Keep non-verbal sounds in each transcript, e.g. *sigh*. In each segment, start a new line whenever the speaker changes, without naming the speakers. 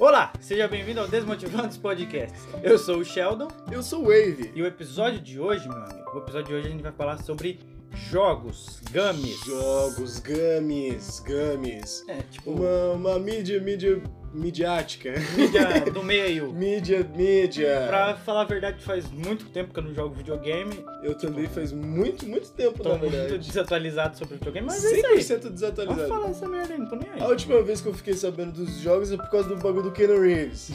Olá, seja bem-vindo ao Desmotivantes Podcast. Eu sou o Sheldon
Eu sou o Wave.
e o episódio de hoje, meu amigo, o episódio de hoje a gente vai falar sobre jogos, games.
Jogos, games, games.
É, tipo,
Uma, uma mídia, mídia,
*laughs*
midiática.
mídia do meio.
mídia, mídia.
Pra falar a verdade, faz muito tempo que eu não jogo videogame.
Eu também faz muito, muito tempo,
Tô
na
muito
verdade.
desatualizado sobre videogame, mas é isso aí.
100%
Vamos
desatualizado.
falar essa merda aí, não tô nem aí.
A última vez que eu fiquei sabendo dos jogos é por causa do bagulho do
*laughs*
Keanu Reeves.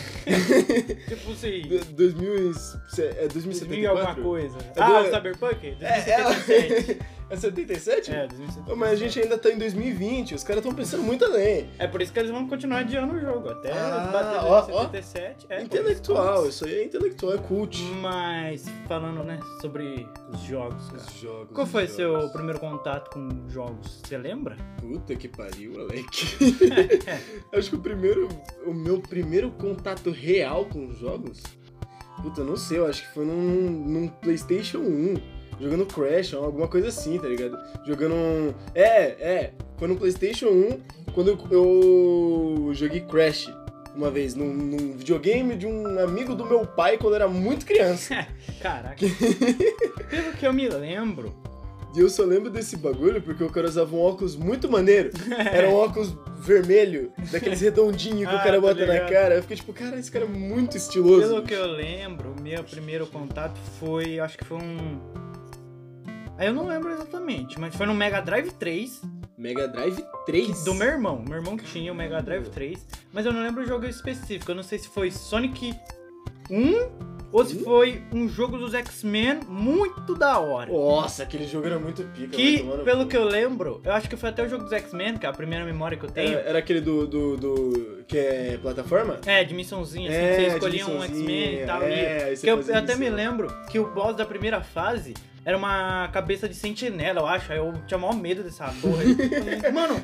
Tipo assim,
Do- 2000 e se- é
2000 e alguma
2074?
coisa.
É
Ah,
do-
o Cyberpunk?
É, é,
2077.
*laughs* é 77?
É, 2077.
Ô, Mas a gente ainda tá em 2020, os caras estão pensando muito além.
É por isso que eles vão continuar adiando o jogo. Até
Ah,
bater
ó, ó.
77. É, Hum.
intelectual,
pô,
isso aí é intelectual, é cult.
Mas falando, né, sobre os jogos, cara.
Os jogos.
Qual
os
foi
jogos.
seu primeiro contato com jogos? Você
*laughs*
lembra?
Puta que pariu, Alec. *laughs* Acho que o primeiro. O meu primeiro contato real com os jogos. Puta, eu não sei, eu acho que foi num, num PlayStation 1. Jogando Crash, ou alguma coisa assim, tá ligado? Jogando um. É, é. Foi no PlayStation 1 quando eu, eu joguei Crash uma vez, num, num videogame de um amigo do meu pai quando eu era muito criança.
Caraca. Pelo que eu me lembro,
E eu só lembro desse bagulho porque o cara usava um óculos muito maneiro.
*laughs*
Era um óculos vermelho, daqueles redondinhos que
É. Ah,
o cara
tô
bota na
ligado.
cara. Eu fiquei tipo, cara, esse cara é muito estiloso.
pelo que eu lembro, o meu primeiro contato foi, acho que foi um... Ah, Eu não lembro exatamente, mas foi no Mega Drive 3
Mega Drive 3?
do meu irmão. Meu irmão tinha o Mega Drive 3, mas eu não lembro o jogo específico. Eu não sei se foi Sonic 1 ou se
Hum?
foi um jogo dos X-Men muito da hora.
Nossa, aquele jogo era muito pica.
Que, pelo que eu lembro, eu acho que foi até o jogo dos X-Men, que é a primeira memória que eu tenho.
Era,
É,
era aquele do, do, do- que é plataforma?
de missãozinha, assim, que você escolhia um X-Men e tal. e-
É, aí você
que eu,
fazia
eu até me
missão.
lembro que o boss da primeira fase era uma cabeça de sentinela, eu acho. Aí eu tinha maior medo dessa porra. aí. Mano,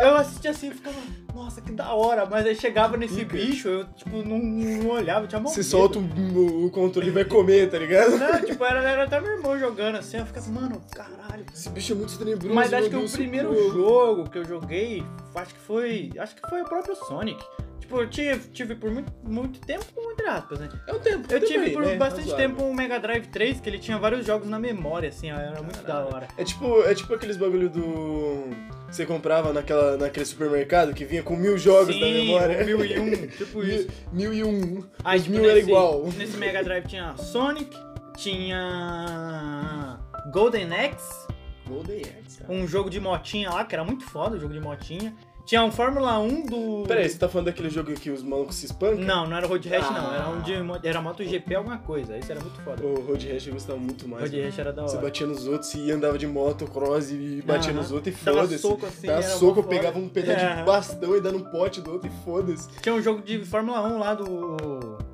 eu assistia assim e ficava, nossa, que da hora. Mas aí chegava nesse
Pica.
bicho, eu, tipo, não, não olhava, eu tinha maior
Você
medo.
solta um, o, o controle e vai comer, tá ligado?
Não, tipo, era, era até meu irmão jogando assim, eu ficava, mano, caralho.
Esse bicho é muito tenebroso.
Mas acho
meu
que o
Deus,
primeiro
socorro.
jogo que eu joguei, acho que foi. Acho que foi o próprio Sonic. Tipo, eu tive, tive por muito, muito tempo, entre aspas, né?
É o tempo.
Eu tive
também,
por
né?
bastante
Razoável.
tempo um Mega Drive 3, que ele tinha vários jogos na memória, assim, ó, era muito da
Caralho.
hora.
É tipo, é tipo aqueles bagulho do. que Você comprava naquela, naquele supermercado que vinha com mil jogos
Sim,
na memória.
Mil e um, tipo
Mil,
isso.
mil e um.
Aí, tipo,
Os mil era igual.
Nesse Mega Drive tinha Sonic, tinha. Golden Axe,
Golden Axe, cara.
um jogo de motinha lá, que era muito foda o jogo de motinha. Tinha um Fórmula 1 do.
Peraí, você tá falando daquele jogo que os malucos se espancam?
Não, não era Road Rash, não.
Ah.
Era um de mo- era MotoGP alguma coisa. Isso era muito foda.
O Road Rash eu gostava muito mais.
Road
mano.
Rash era da
Você
hora.
batia nos outros e andava de moto, cross e batia
Aham.
nos outros e
Dava
foda-se.
soco assim,
Dava
era mó
soco, eu
foda.
pegava um pedaço
É.
de bastão e dava no pote do outro e foda-se.
Tinha um jogo de Fórmula 1 lá do...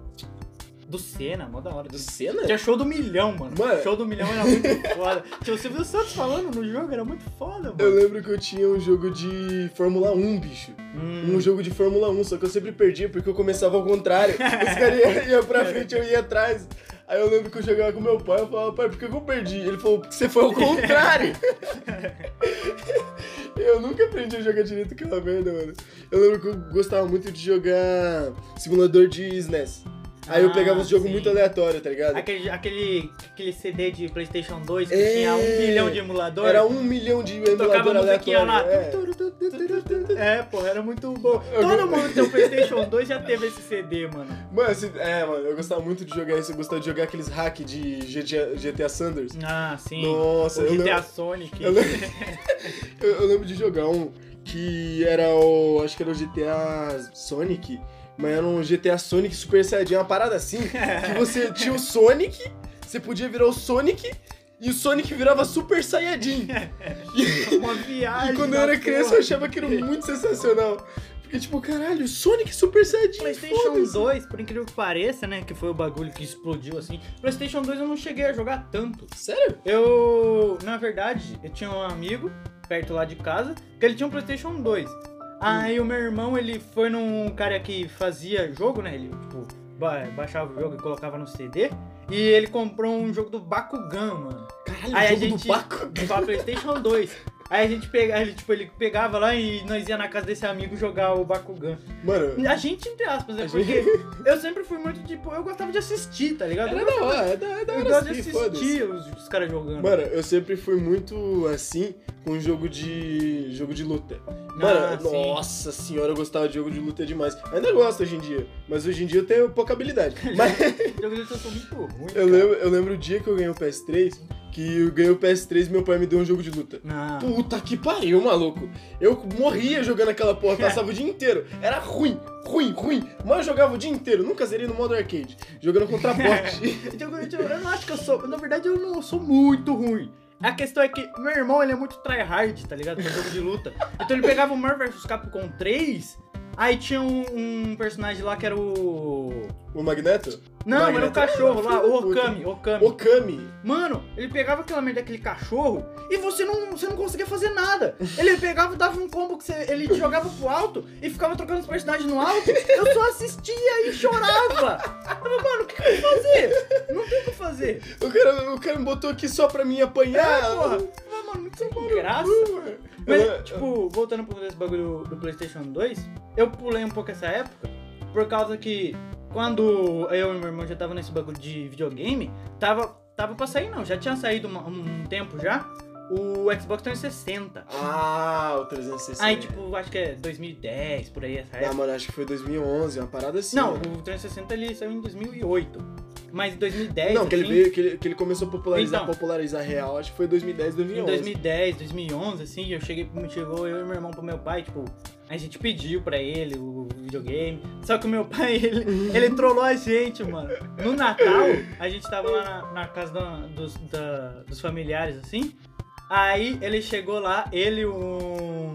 Do Senna, mó da hora. Do...
cena?
Tinha show do milhão, mano.
Mano.
Show do milhão era muito *laughs* foda. Tinha o Silvio Santos falando no jogo, era muito foda,
Eu
mano.
lembro que eu tinha um jogo de Fórmula 1, bicho.
Hum,
um jogo de Fórmula 1, só que eu sempre perdia porque eu começava ao contrário. Os caras iam ia pra frente, eu ia atrás. Aí eu lembro que eu chegava com meu pai, eu falava, pai, por que que eu perdi? Ele falou, porque você foi ao contrário. *laughs* eu nunca aprendi a jogar direito aquela merda, mano. Eu lembro que eu gostava muito de jogar simulador de SNES. Aí eu
Ah,
pegava um jogo
sim.
muito aleatório, tá ligado?
Aquele, aquele, aquele CD de Playstation 2 que
É.
tinha um milhão de emuladores.
Era um milhão de emulador
Tocava musiquinha
aleatório.
lá.
é.
É, porra, era muito bom. Todo mundo que tem um Playstation 2 já teve esse CD, mano.
Mano, esse- é, mano, eu gostava muito de jogar isso, eu gostava de jogar aqueles hack de GTA, GTA Sanders.
Ah, sim.
Nossa,
o
eu
GTA
lembro,
Sonic.
eu lembro- *laughs* eu- eu lembro de jogar um que era o. Acho que era o GTA Sonic, mas era um GTA Sonic Super Saiyajin, uma parada assim, que
*laughs*
você tinha o Sonic, você podia virar o Sonic. E o Sonic virava Super Saiyajin.
*laughs* Uma viagem.
e quando eu
da
era criança eu
porra.
achava que era um muito sensacional. Porque, tipo, caralho, Sonic Super Saiyajin.
PlayStation
foda-se.
2, por incrível que pareça, né? Que foi o bagulho que explodiu assim. PlayStation 2 eu não cheguei a jogar tanto.
Sério?
Eu, na verdade, eu tinha um amigo perto lá de casa que ele tinha um PlayStation 2. Aí o meu irmão, ele foi num cara que fazia jogo, né? Ele, tipo, ba- baixava o jogo e colocava no CD. E ele comprou um jogo do Bakugan, mano.
Caralho,
Aí a
jogo do
gente-
Baco.
Pra PlayStation 2. Aí a gente pegava, ele, tipo, ele pegava lá e nós ia na casa desse amigo jogar o Bakugan.
Mano,
A gente, entre aspas, né?
A
Porque eu sempre fui muito, tipo, eu gostava de assistir, tá ligado?
era
eu
da
gostava,
hora, é da, é da
eu
hora
gostava
assim,
de
foda-se.
assistir os, os caras jogando.
Mano, eu sempre fui muito assim com jogo de. jogo de luta. Mano,
Ah, sim.
nossa senhora, eu gostava de jogo de luta demais. Ainda gosto hoje em dia, mas hoje em dia eu tenho pouca *laughs* habilidade. Mas
*laughs* Jogo de luta eu sou muito ruim.
eu
cara.
lembro, eu lembro o dia que eu ganhei o PS3, que eu ganhei o PS3 e meu pai me deu um jogo de luta.
Ah,
Puta que pariu, maluco. Eu morria jogando aquela *laughs* porra, passava o dia inteiro. Era ruim, ruim, ruim. Mas eu jogava o dia inteiro, nunca zerei no modo arcade. Jogando *laughs* contra bot.
jogo de- eu não acho que eu sou. Na verdade, eu não sou muito ruim. A questão é que meu irmão ele é muito tryhard, tá ligado? Pra jogo de luta. Então ele pegava o Marvel vs Capcom 3, aí tinha um, um personagem lá que era o.
o Magneto?
Não, era o
Magneto.
cachorro lá, o
Filho da
Okami, Okami.
Okami.
Mano, ele pegava aquela merda daquele cachorro e você não, você não conseguia fazer nada. Ele pegava, dava um combo que você, ele te jogava pro alto e ficava trocando os personagens no alto. Eu só assistia e chorava. Eu falei, mano, o que, que eu vou fazer? Não tem o que fazer.
O cara, o cara me botou aqui só pra mim apanhar.
É, porra. Eu falei, mano, muito sem graça.
Uh,
Mas,
eu-
tipo, voltando um pouco desse bagulho do PlayStation 2, eu pulei um pouco essa época por causa que quando eu e meu irmão já tava nesse bagulho de videogame, tava, tava pra sair não, já tinha saído uma- um tempo já o Xbox 360.
Ah, o 360.
Aí, tipo, acho que é 2010, por aí, essa
Ah,
época.
mano, acho que foi 2011, uma parada assim.
Não,
né?
o 360 ele saiu em 2008. Mas em 2010,
Não, que ele
assim,
veio, que ele, que ele começou a popularizar,
Então.
popularizar real, acho que foi 2010,
em
2011.
2010, 2011, assim, eu cheguei, chegou eu e meu irmão pro meu pai, tipo, a gente pediu pra ele o videogame. Só que o meu *laughs* pai, ele, ele trollou a gente, mano. No Natal, a gente tava lá na, na casa da- dos, da- dos familiares, assim. Aí ele chegou lá, ele e um,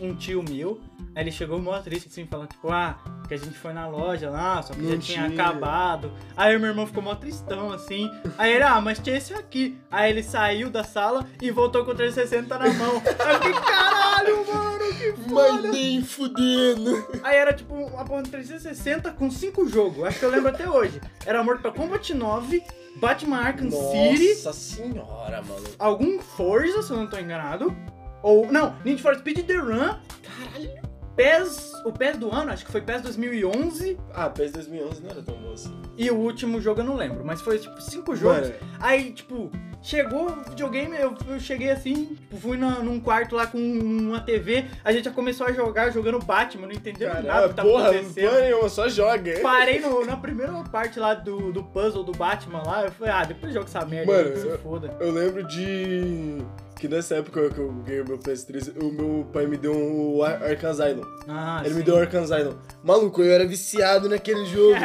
um tio meu. Aí ele chegou mó triste, assim, falando, tipo, ah, que a gente foi na loja lá, só que
Não
já tinha,
tinha.
acabado. Aí o meu irmão ficou mó tristão, assim. Aí ele, ah, mas tinha esse aqui. Aí ele saiu da sala e voltou com o 360 na mão. Aí eu fiquei, caralho, mano, que
Mas
foda.
nem fudendo.
Aí era tipo uma porra de 360 com cinco jogos, acho que eu lembro até hoje. Era Mortal Kombat 9, Batman Arkham City,
Nossa senhora, maluco.
algum Forza, se eu não tô enganado. Ou, não, Need for Speed The Run,
Caralho.
PES, o PES do ano, acho que foi PES 2011.
Ah, PES 2011 não era tão bom assim.
E o último jogo eu não lembro, mas foi tipo cinco jogos.
Mano,
Aí, tipo, chegou o videogame, eu, eu cheguei assim, tipo, fui na- num quarto lá com uma TV, a gente já começou a jogar jogando Batman, não entendeu nada do
cara,
que tava
porra,
acontecendo.
porra nenhuma, só joga.
Parei no- na primeira parte lá do, do puzzle do Batman lá, eu falei, ah, depois jogo essa merda,
Mano,
aí, que se
eu-
foda.
Eu lembro de. Que nessa época que eu ganhei o meu PS3, o meu pai me deu um Ar- Arkham Asylum.
Ah,
Ele
sim.
me deu Arkham Asylum. Maluco, eu era viciado naquele
*laughs*
jogo.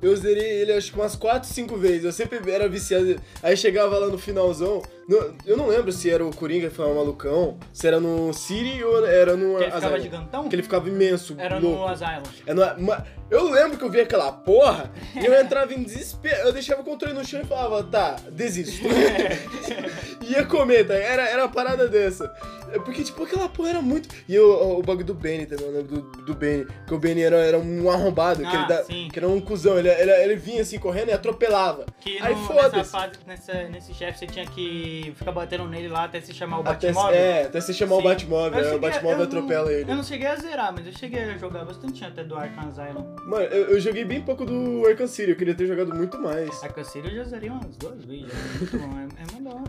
Eu zerei ele acho que umas 4, 5 vezes. Eu sempre era viciado. Aí chegava lá no finalzão. no- eu não lembro se era o Coringa que falava malucão, se era no Siri ou era no
Que ele ficava
Asylum.
gigantão?
Que ele ficava imenso,
Era
louco.
no Asylum.
É no- ma- Eu lembro que eu vi aquela porra e eu entrava em desespero. Eu deixava o controle no chão e falava, tá,
*laughs*
desisto. Ia comer, tá? Era, era uma parada dessa. É Porque, tipo, aquela porra era muito. E o, o, o bagulho do Benny também, eu lembro do, do Benny. Porque o Benny era, era um arrombado, que,
Ah,
ele da-
sim.
que era um cuzão. Ele, ele, ele vinha assim correndo e atropelava.
Que
Aí
no, nessa
foda-se.
fase, nessa- nesse chefe, você tinha que ficar batendo nele lá até se chamar o
Até,
Batmóvel.
é, até se chamar o
Sim. Eu
Batmóvel. aí
cheguei
O
a-
Batmóvel
eu não-
atropela ele.
Eu não cheguei a zerar, mas eu cheguei a jogar bastante até do Arkham Asylum.
Mano, eu, eu joguei bem pouco do Arkham City. Eu queria ter jogado muito mais.
Arkham City eu já zerei umas duas vezes. já. Muito bom, é, é melhor.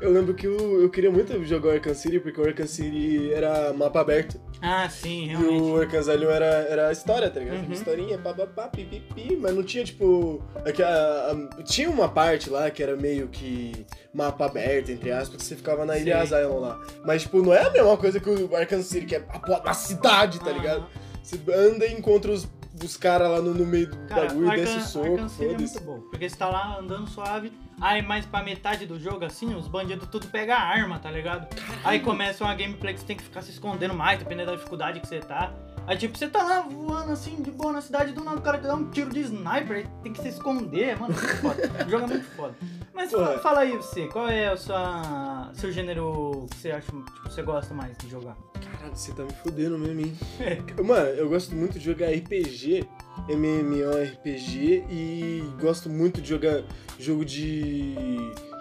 Eu lembro que eu, eu queria muito jogar o Arkham City, porque o Arkham City era mapa aberto.
Ah, sim,
E
realmente.
o Arkham Asylum era, era a história, tá ligado?
Uhum.
Historinha, papapá, pipipi, mas não tinha, tipo... aqui a- a- tinha uma parte lá que era meio que mapa aberto, entre aspas, que você ficava na Ilha
Sim.
Asylum lá. Mas, tipo, não é a mesma coisa que o Arkham City, que é a, po- a cidade, tá
Ah,
ligado? Você anda e encontra os, os caras lá no, no meio do
Cara,
bagulho,
Arkham-
desce o soco,
Arkham City é
foda-se.
muito bom. Porque você tá lá andando suave, aí mais pra metade do jogo, assim, os bandidos tudo pega arma, tá ligado? Aí começa uma gameplay que você tem que ficar se escondendo mais, dependendo da dificuldade que você tá. Aí tipo, você tá lá voando assim, de boa na cidade, do nada o cara te dá um tiro de sniper, aí tem que se esconder, mano, é muito foda. O jogo é muito foda. Mas
Pô,
fa- fala aí você, qual é o sua, seu gênero que você acha, tipo, você gosta mais de jogar?
Caralho, você tá me fudendo mesmo, hein?
É.
Mano, eu gosto muito de jogar RPG, MMORPG, e gosto muito de jogar jogo de.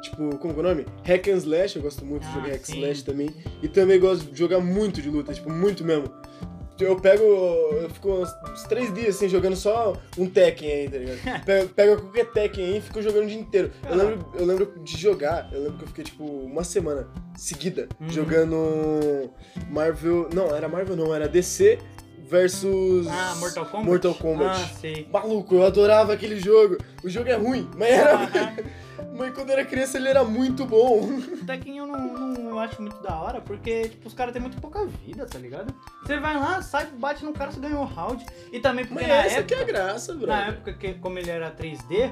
Tipo, como que é o nome? Hack and Slash, eu gosto muito de
Ah,
jogar Hack and
sim.
Slash também. E também gosto de jogar muito de luta, tipo, muito mesmo. Eu pego. Eu fico uns uns três dias assim jogando só um Tekken aí,
*laughs*
tá ligado? Pego, pego qualquer Tekken aí e fico jogando o dia inteiro. Eu lembro, eu lembro de jogar, eu lembro que eu fiquei tipo uma semana seguida
Uhum.
jogando Marvel. Não, era Marvel não, era DC versus.
Ah, Mortal Kombat?
Mortal Kombat.
Ah, sei.
Maluco, eu adorava aquele jogo. O jogo é ruim, mas era.
Aham.
*laughs* Mas quando eu era criança ele era muito bom.
*laughs* Tekken eu não, não acho muito da hora, porque tipo, os caras têm muito pouca vida, tá ligado? Você vai lá, sai, bate no cara, você ganhou um round. E também porque
Mas
na
essa que
época,
é a graça, bro.
na época que como ele era 3D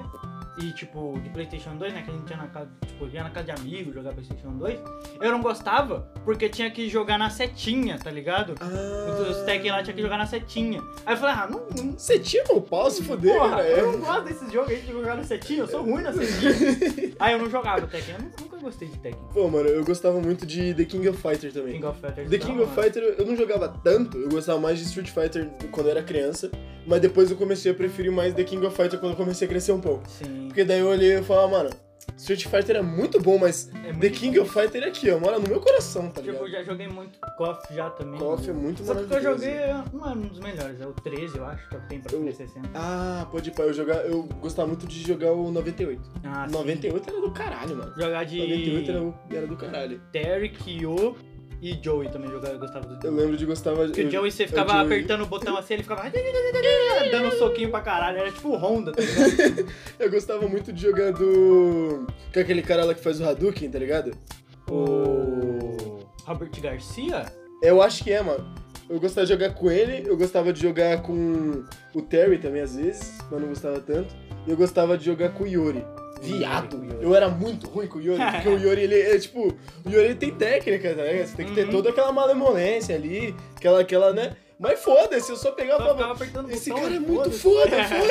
e tipo de PlayStation 2, né, que a gente ia na casa, tipo, ia na casa de amigo jogar PlayStation 2, eu não gostava porque tinha que jogar na setinha, tá ligado? Os, os
Ah,
Tekken lá tinha que jogar na setinha. Aí eu falei, ah, não, não
você tinha o pau se fuder,
Porra,
cara. é.
eu não gosto desses jogos aí de jogar no setinho, eu sou ruim na setinha.
*laughs*
aí eu não jogava Tekken, eu nunca gostei de Tekken.
Pô, mano, eu gostava muito de The King of Fighter também.
King of Fighters. é
The
não,
King of
mano.
Fighter eu não jogava tanto, eu gostava mais de Street Fighter quando eu era criança, mas depois eu comecei a preferir mais The King of Fighter quando eu comecei a crescer um pouco.
Sim.
Porque daí eu olhei e falava, mano, Street Fighter é muito bom, mas
É muito
The King of Fighter é aqui, ó, mora no meu coração, tá
Tipo,
ligado?
já joguei muito KOF já também.
KOF é muito
Só que eu
maravilhoso.
joguei é, um é um dos melhores, é o 13, eu acho, que é o que tem pra
Eu-
360.
Ah, pode ir pra eu jogar, eu gostava muito de jogar o 98.
Ah, sim.
98 era do caralho, mano.
Jogar de
98 era, um- o- era do caralho.
Terry, Kyo e Joey também jogava, eu gostava do
Eu
Joey.
lembro de gostava
Porque é o
eu-
Joey você ficava
Joey-
apertando o botão assim, ele ficava *laughs* dando um soquinho pra caralho, era tipo o Honda, tá ligado?
Eu gostava muito de jogar do. Com aquele cara lá que faz o Hadouken, tá ligado?
O Robert Garcia?
Eu acho que é, mano. Eu gostava de jogar com ele, eu gostava de jogar com o Terry também às vezes, mas não gostava tanto. E eu gostava de jogar com o Yori. Viado!
Hum, Com o Yori.
Eu era muito ruim com o Yori, porque o Yori, ele é tipo. O Yori ele tem técnica, tá ligado? Você tem que ter
Uhum.
toda aquela malemolência ali, aquela, aquela, né? Mas foda-se, eu só pegava e
Só
falava,
ficava apertando o
Esse
botão.
cara é
e
muito
foda-se.
foda,
*laughs*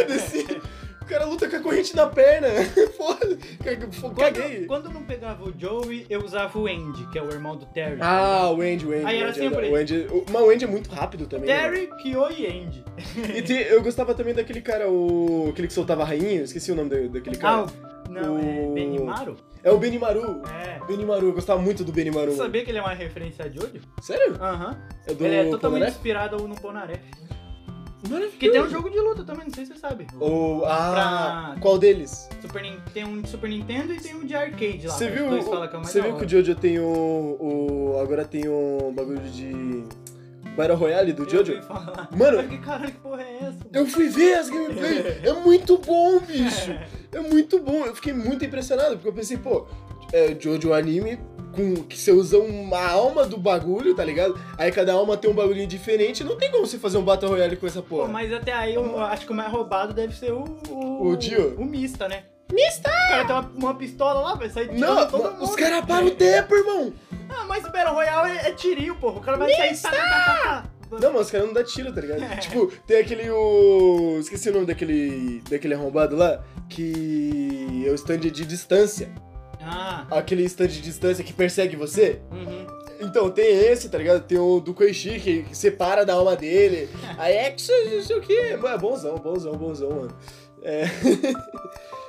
foda-se. O cara luta com a corrente na perna. *laughs* Foda. Cague- fo- Caguei.
Quando, quando eu não pegava o Joey, eu usava o Andy, que é o irmão do Terry.
Ah, o Andy, o Andy.
Aí
o
era
Andy,
sempre
o Andy, o- mas o Andy é muito rápido também. né?
Terry, Kyo e Andy.
E tem- eu gostava também daquele cara, o aquele que soltava a rainha, eu esqueci o nome da- daquele
Ah,
cara.
o- não, é
É o-
Benimaru?
É o Benimaru.
É.
Benimaru, eu gostava muito do Benimaru.
Você sabia que ele é uma referência a Jojo?
Sério?
Aham.
É do
Ele é totalmente
Polnareff?
inspirado no Bonaré.
Maravilhoso.
Porque tem um jogo de luta também, não sei se você sabe.
Ou- ah,
Pra-
qual deles?
Super Nin- tem um de Super Nintendo e tem um de arcade lá.
Você
Os
viu,
dois
o-
falam que é o mais
você
da
viu que
hora.
o Jojo tem o, o- Agora tem um bagulho de. Battle Royale do
Eu
Jojo?
ouvi falar.
Mano-
Mas *laughs* que caralho, que porra é essa?
Eu fui ver as gameplays. É muito bom, bicho. É muito bom. Eu fiquei muito impressionado, porque eu pensei, pô, é Jojo anime com que você usa uma alma do bagulho, tá ligado? Aí cada alma tem um bagulhinho diferente. Não tem como você fazer um Battle Royale com essa
Pô,
porra.
mas até aí eu acho que o mais roubado deve ser o. O,
O Dio?
O Mista, né? Mista! O cara tem uma, uma pistola lá, vai sair tirando
Não,
todo
ma-
mundo.
os é caras param o tempo, irmão.
Ah, mas Battle Royale é, é tirinho, porra. O cara vai sair. Tá, tá, tá, tá.
Não, mas os caras não dá tiro, tá ligado?
*laughs*
tipo, tem aquele o. Esqueci o nome daquele. daquele arrombado lá, que é o stand de distância.
Ah,
Aquele stand de distância que persegue você.
uhum.
Então, tem esse, tá ligado? Tem o do Koichi, que que separa da alma dele. Aí é que isso- não sei o que. Mano, é bonzão, bonzão, bonzão, mano. É. *laughs*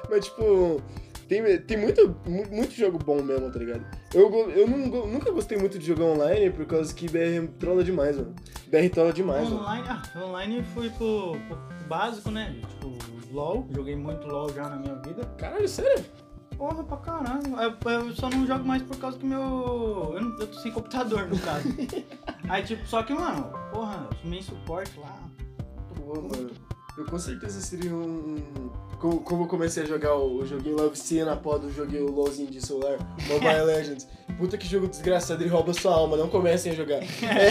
Mas, tipo, tem, tem muito, mu- muito jogo bom mesmo, tá ligado? Eu, go- eu não go- nunca gostei muito de jogar online, por causa que BR trola demais, mano. BR trola demais, mano.
Online, ah, online fui pro, pro básico, né? Tipo, LOL. Joguei muito LOL já na minha vida.
Caralho, sério?
Porra, pra caralho. Eu, eu só não jogo mais por causa que meu. Eu, não- eu tô sem computador, no
*laughs*
caso. Aí, tipo, só que, mano, porra, meu suporte lá.
Pô, mano. Eu com certeza seria um... um- Como, como eu comecei a jogar o, o joguinho lá, eu viciei na poda, eu joguei o LoLzinho de celular, Mobile Legends. Puta que jogo desgraçado, ele rouba sua alma, não comecem a jogar. É,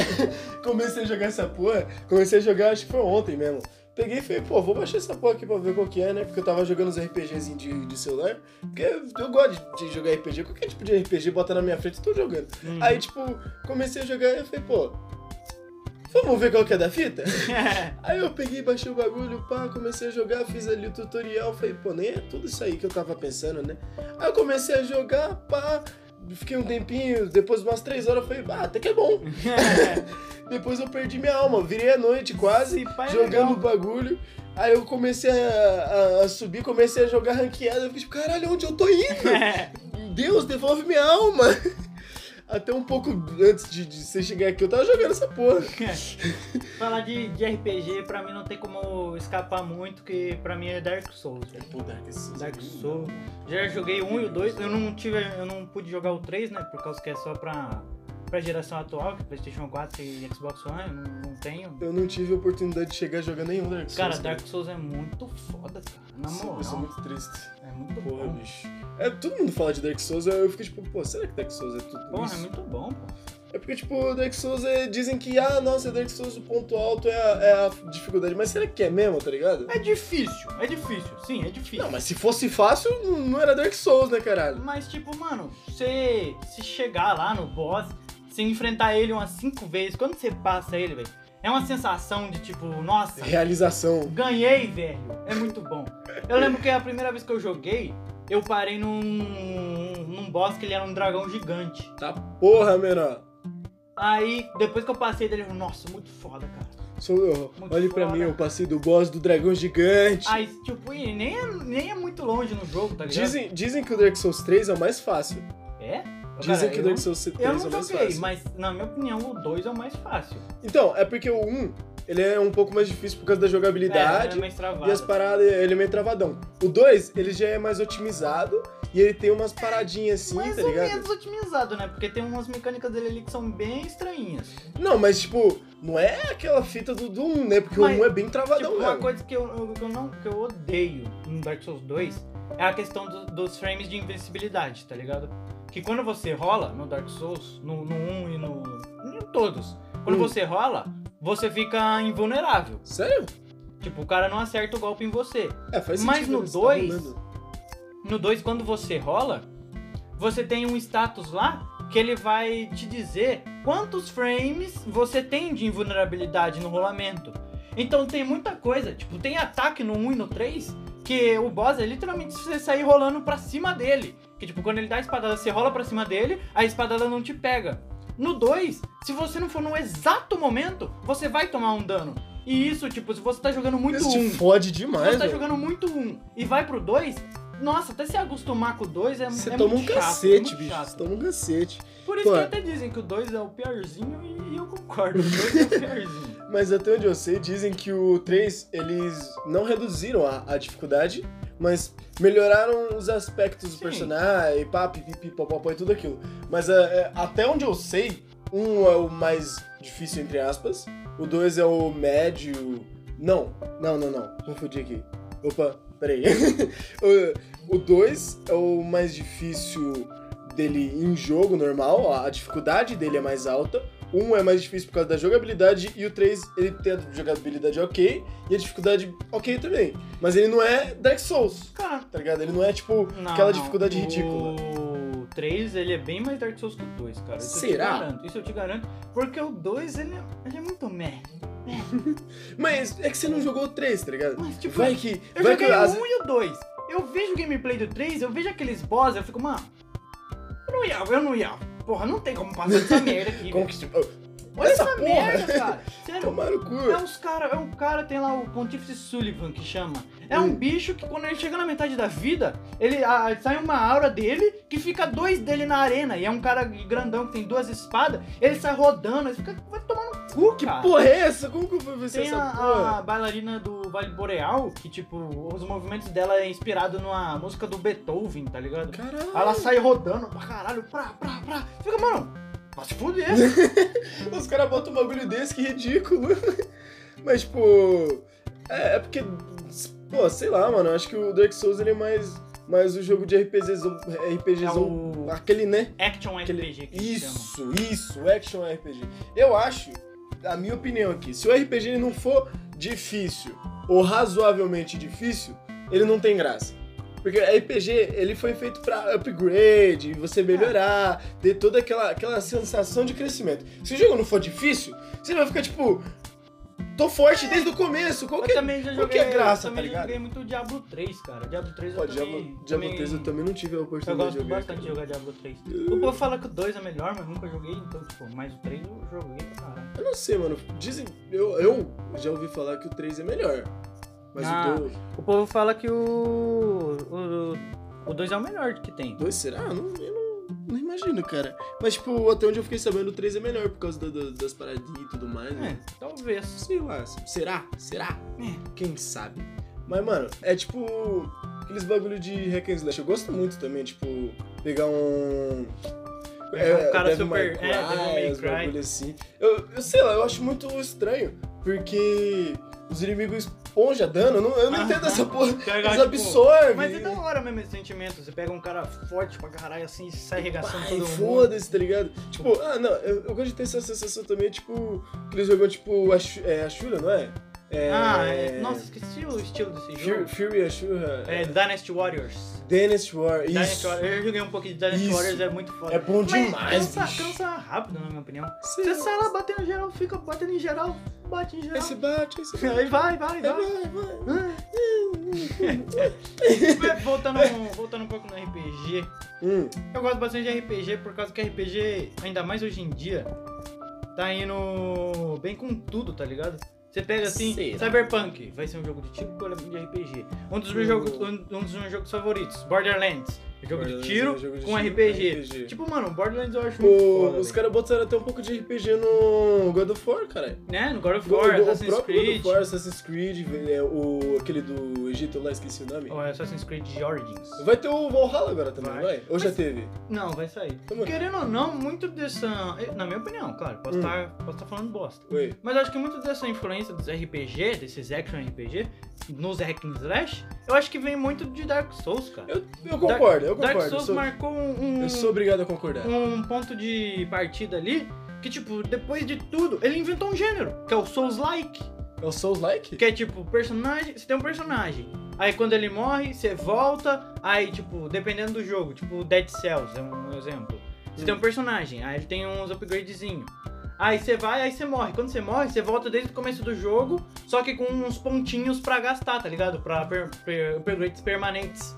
comecei a jogar essa porra, comecei a jogar acho que foi ontem mesmo. Peguei e falei, pô, vou baixar essa porra aqui pra ver qual que é, né? Porque eu tava jogando os RPGzinhos de, de celular. Porque eu gosto de, de jogar RPG, qualquer tipo de RPG bota na minha frente, eu tô jogando.
Hum. *laughs*
Aí, tipo, comecei a jogar e eu falei, pô, vamos ver qual que é da fita?
É,
Aí eu peguei, baixei o bagulho, pá, comecei a jogar, fiz ali o tutorial, falei, pô, nem é tudo isso aí que eu tava pensando, né? Aí eu comecei a jogar, pá, fiquei um tempinho, depois de umas três horas eu falei, ah, até que é bom.
é.
Depois eu perdi minha alma, virei a noite quase,
Esse pai é
jogando
legal.
o bagulho. Aí eu comecei a, a- a subir, comecei a jogar ranqueada. Eu fiquei tipo, caralho, onde eu tô indo?
é,
Deus, devolve minha alma. *laughs* Até um pouco antes de, de você chegar aqui, eu tava jogando essa porra.
Falar de, de RPG, pra mim não tem como escapar muito, que pra mim é Dark Souls. velho.
Pô, Dark Souls. né?
Dark Souls. Já joguei um e o dois. Eu não tive. Eu não pude jogar o 3, né? Por causa que é só pra, pra geração atual, que é Playstation 4 e Xbox One, eu não, não tenho.
Eu não tive a oportunidade de chegar a jogar nenhum Dark Souls.
Cara, Dark Souls é muito foda, cara. Na
Sim, Eu
moral,
sou muito triste.
é muito
Porra,
bom.
bicho. É, todo mundo fala de Dark Souls, eu fico tipo, pô, será que Dark Souls é tudo
Porra,
isso?
é muito bom, pô.
É porque, tipo, Dark Souls é, dizem que, ah, nossa, Dark Souls o ponto alto é a, é a dificuldade. Mas será que é mesmo, tá ligado?
É difícil, é difícil, sim, é difícil.
Não, mas se fosse fácil, não, não era Dark Souls, né, caralho?
Mas, tipo, mano, você se chegar lá no boss, se enfrentar ele umas cinco vezes, quando você passa ele, velho, é uma sensação de tipo, nossa,
Realização.
ganhei, velho. É muito bom. Eu lembro que a primeira vez que eu joguei, eu parei num, num boss que ele era um dragão gigante.
Tá porra, menor.
Aí, depois que eu passei dele, eu falei, nossa, muito foda, cara.
Sou eu.
Muito
Olhe pra
foda.
mim, eu passei do boss do dragão gigante.
Aí, tipo, e nem é, nem é muito longe no jogo, tá ligado?
Dizem, dizem que o Dark Souls 3 é o mais fácil.
É? Cara,
Dizem que o
eu
Dark Souls 3
Eu
é o
não
mais
joguei,
fácil.
mas na minha opinião o 2 é o mais fácil.
Então, é porque o 1, ele é um pouco mais difícil por causa da jogabilidade.
é, é mais travado.
E as paradas, ele é meio travadão. O 2, ele já é mais otimizado e ele tem umas paradinhas assim,
Mais
tá
ou
ligado?
menos otimizado, né? Porque tem umas mecânicas dele ali que são bem estranhas.
Não, mas tipo, não é aquela fita do 1, um, né? Porque
Mas,
o 1 um é bem travadão
tipo, uma
mesmo.
coisa que eu, eu- que eu não, que eu odeio no Dark Souls 2 é a questão do- dos frames de invencibilidade, tá ligado? Que quando você rola no Dark Souls, no, no 1 e no. em todos. Quando
Hum.
você rola, você fica invulnerável.
Sério?
Tipo, o cara não acerta o golpe em você.
É, faz
Mas
sentido.
no
eles tá
dois-
rolando.
No 2, quando você rola, você tem um status lá que ele vai te dizer quantos frames você tem de invulnerabilidade no rolamento. Então tem muita coisa, tipo, tem ataque no 1 e no 3 que o boss é literalmente você sair rolando pra cima dele. Que tipo, quando ele dá a espadada, você rola pra cima dele, a espadada não te pega. No 2, se você não for no exato momento, você vai tomar um dano. E isso, tipo, se você tá jogando muito
Isso te
1
fode
você
demais,
tá
velho.
jogando muito um e vai pro dois, nossa, até se acostumar com o dois é,
Você
é
toma um
muito chato,
cacete,
é muito
bicho.
chato.
Você toma um cacete.
Por isso
Pô.
que até dizem que o dois é o piorzinho e eu concordo, o dois é o
*laughs*
piorzinho.
Mas até onde eu sei, dizem que o 3, eles não reduziram a, a dificuldade, mas melhoraram os aspectos do
Sim.
personagem, pá, pipipi, popopó e tudo aquilo. Mas é, é, até onde eu sei, um é o mais difícil, entre aspas, o 2 é o médio... Não, não, não, não, confundi aqui. Opa, peraí. *laughs* o 2 é o mais difícil dele em jogo normal, a a dificuldade dele é mais alta. Um é mais difícil por causa da jogabilidade e o 3 ele tem a jogabilidade ok e a dificuldade ok também. Mas ele não é Dark Souls,
Cara,
tá ligado? Ele não é tipo
não, não,
aquela dificuldade ridícula.
O 3, ele é bem mais Dark Souls que o 2, cara. Isso
Será?
Eu te garanto, isso eu te garanto. Porque o 2, ele, é- ele é muito meh.
Mas é que você não jogou o 3, tá ligado?
Mas, tipo,
Vai que.
eu
vai que
joguei um o
as-
1 e o 2. Eu vejo o gameplay do 3, eu vejo aqueles boss, eu fico, mano, eu não ia, eu não ia. Porra, não tem como passar
*laughs*
dessa merda aqui.
Como que tipo. oh,
Olha
Essa
essa,
porra.
merda, cara. Sério.
Tomar no cu.
É uns cara, é um cara, tem lá o Pontífice Sullivan que chama. É
Hum.
um bicho que quando ele chega na metade da vida, ele ah, sai uma aura dele que fica dois dele na arena. E é um cara grandão que tem duas espadas, ele sai rodando, ele fica, vai tomar no cu,
Que
cara.
porra é essa? Como que eu vou vencer
Tem
é essa
a,
porra?
a bailarina do Vale Boreal, que tipo, os movimentos dela é inspirado numa música do Beethoven, tá ligado?
Caralho.
Aí Ela sai rodando pra caralho, pra, pra, pra. Fica, mano, vai se fuder.
Os caras botam um bagulho desse, que ridículo. *laughs* Mas, tipo. É, é porque. Pô, sei lá, mano. Eu acho que o Dark Souls ele é mais. Mais o jogo de RPGzão.
É
RPGzão.
o
Aquele, né?
Action
Aquele-
RPG que se chama.
Isso, isso. Action RPG. Eu acho, a minha opinião aqui, se o RPG ele não for difícil ou razoavelmente difícil, ele não tem graça. Porque RPG, ele foi feito pra upgrade, você melhorar, ter toda aquela, aquela sensação de crescimento. Se o jogo não for difícil, você vai ficar tipo, tô forte desde o começo, qual que
Eu
é?
também já
qual
joguei.
que é graça,
eu também
tá
já
ligado?
joguei muito Diablo 3, cara. Diablo 3
Pô,
eu também.
Diablo, Diablo 3 eu também não tive a
Eu
oportunidade de
gosto
jogar. tá
bastante de jogar Diablo 3. O povo fala que o 2 é melhor, mas nunca joguei, então, tipo, mas o 3 eu joguei pra caralho.
Eu não sei, mano. Dizem. Eu, eu já ouvi falar que o 3 é melhor. Mas
Ah.
o 2.
O povo fala que o. O 2 é o melhor que tem.
2 será? Eu não, eu não, não imagino, cara. Mas, tipo, até onde eu fiquei sabendo, o 3 é melhor por causa da- da- das paradinhas e tudo mais, né?
É, talvez.
Sei lá, será? Será?
É.
Quem sabe? Mas, mano, é tipo aqueles bagulho de hack and slash. Eu gosto muito também, tipo, pegar um...
Pegar um cara
Devil
super-
May
é, Devil May
uns
Cry.
bagulho assim. Eu, eu sei lá, eu acho muito estranho, porque os inimigos esponja dano, eu não, eu não
Ah,
entendo essa porra.
Tá ligado?
Eles
Tipo,
absorvem.
Mas é da hora mesmo esse sentimento. Você pega um cara forte pra caralho assim e sai arregaçando
Ai,
todo mundo.
foda-se, tá ligado? Tipo, ah, não, eu, eu gosto de ter essa sensação também, tipo, que eles jogam, tipo, a, Shu- é, a Shura, não é? é
Ah, é... nossa, esqueci o estilo desse
Fury,
jogo.
Fury Ashura.
É Dynasty Warriors.
Dynasty War, isso.
Dynasty Warriors. Eu joguei um pouquinho de Dynasty
Isso.
Warriors, é muito foda.
É bom
Mas é
demais,
cansa,
bicho.
cansa rápido, na minha opinião.
Sei
Você
lá.
sai lá batendo em geral, fica batendo em geral, bate em
Aí você
geral.
bate, aí você
*laughs*
bate.
Aí vai, vai,
Aí
vai.
vai, vai.
é voltando, voltando um pouco no RPG.
Hum,
Eu gosto bastante de RPG por causa que RPG, ainda mais hoje em dia, tá indo bem com tudo, tá ligado? Você pega assim,
Será?
Cyberpunk, vai ser um jogo de tiro com elemento de RPG. Um dos meus
Hum.
jogos, um, um dos meus jogos favoritos, Borderlands. É jogo
Borderlands
de tiro
é jogo de
com
tiro,
RPG.
RPG.
Tipo, mano, Borderlands eu acho muito
Pô,
foda, né?
os
velho.
caras botaram até um pouco de RPG no God of War, cara.
Né? No God of
Go-
War,
go- o
Assassin's
próprio
Creed.
God of War, Assassin's Creed, velho, é, o, aquele do Egito lá, esqueci o nome.
Ou é Assassin's Creed Origins.
Vai ter o Valhalla agora também,
Vai.
vai? Ou já teve?
Não, vai sair.
Como é?
Querendo ou não, muito dessa. Na minha opinião, claro, posso
Hum.
estar falando bosta.
Oi.
Mas eu acho que muito dessa influência dos RPG, desses action RPG, nos hack and slash, eu acho que vem muito de Dark Souls, cara.
Eu, eu concordo, eu
Dark
concordo.
Souls
eu, sou,
marcou um,
eu sou obrigado a concordar.
um ponto de partida ali que, tipo, depois de tudo, ele inventou um gênero, que é o Souls-like.
É o Souls-like?
Que é tipo, personagem. Você tem um personagem. Aí quando ele morre, você volta. Aí, tipo, dependendo do jogo, tipo Dead Cells é um exemplo. Você
Hum.
tem um personagem, aí ele tem uns upgradezinho. Aí você vai, aí você morre. Quando você morre, você volta desde o começo do jogo, só que com uns pontinhos pra gastar, tá ligado? Pra per, per- upgrades permanentes.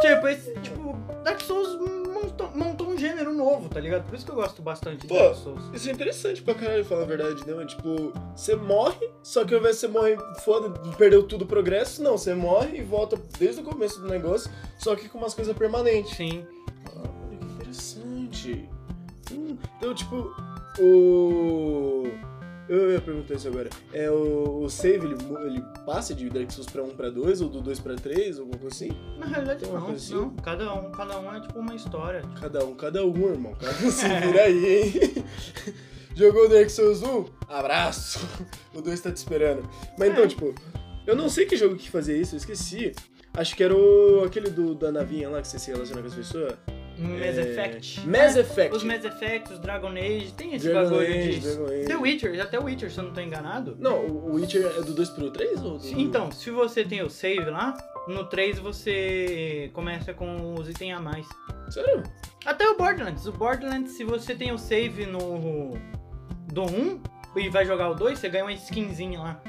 Tipo, esse, tipo, Dark Souls montou, montou um gênero novo, tá ligado? Por isso que eu gosto bastante de
Pô,
Dark Souls.
Isso é interessante pra caralho, falar a verdade, né? mano? Tipo, você morre, só que ao invés de você morrer, foda, perdeu tudo o progresso, não, você morre e volta desde o começo do negócio, só que com umas coisas permanentes.
Sim.
Ah, olha que interessante. Hum, então, tipo, o. Eu ia perguntar isso agora. É o, o save, ele, mu- ele passa de Dark Souls pra 1 pra 2, ou do 2 pra 3, alguma coisa assim?
Na realidade,
Tem uma
não,
coisa
não.
assim?
Cada um, cada um é tipo uma história.
Cada um, cada um, irmão. Cada um se vira aí, hein? *laughs* Jogou Dark Souls 1? Abraço! O 2 tá te esperando. Mas
É.
então, tipo, eu não sei que jogo que fazia isso, eu esqueci. Acho que era o, aquele do, da navinha lá que você se relaciona com as pessoas.
Tipo, um Mass
É,
Effect.
Mass Effect.
Os Mass Effect, os Dragon Age, tem esse
Dragon
bagulho
Age,
de... um
Dragon Age.
The Witcher, até o Witcher, se eu não tô enganado.
Não, o Witcher é do 2 pro 3 ou do...
Então, se você tem o save lá, no 3 você começa com os itens a mais.
Sério?
Até o Borderlands. O Borderlands, se você tem o save no... do 1 e vai jogar o 2, você ganha uma skinzinha lá.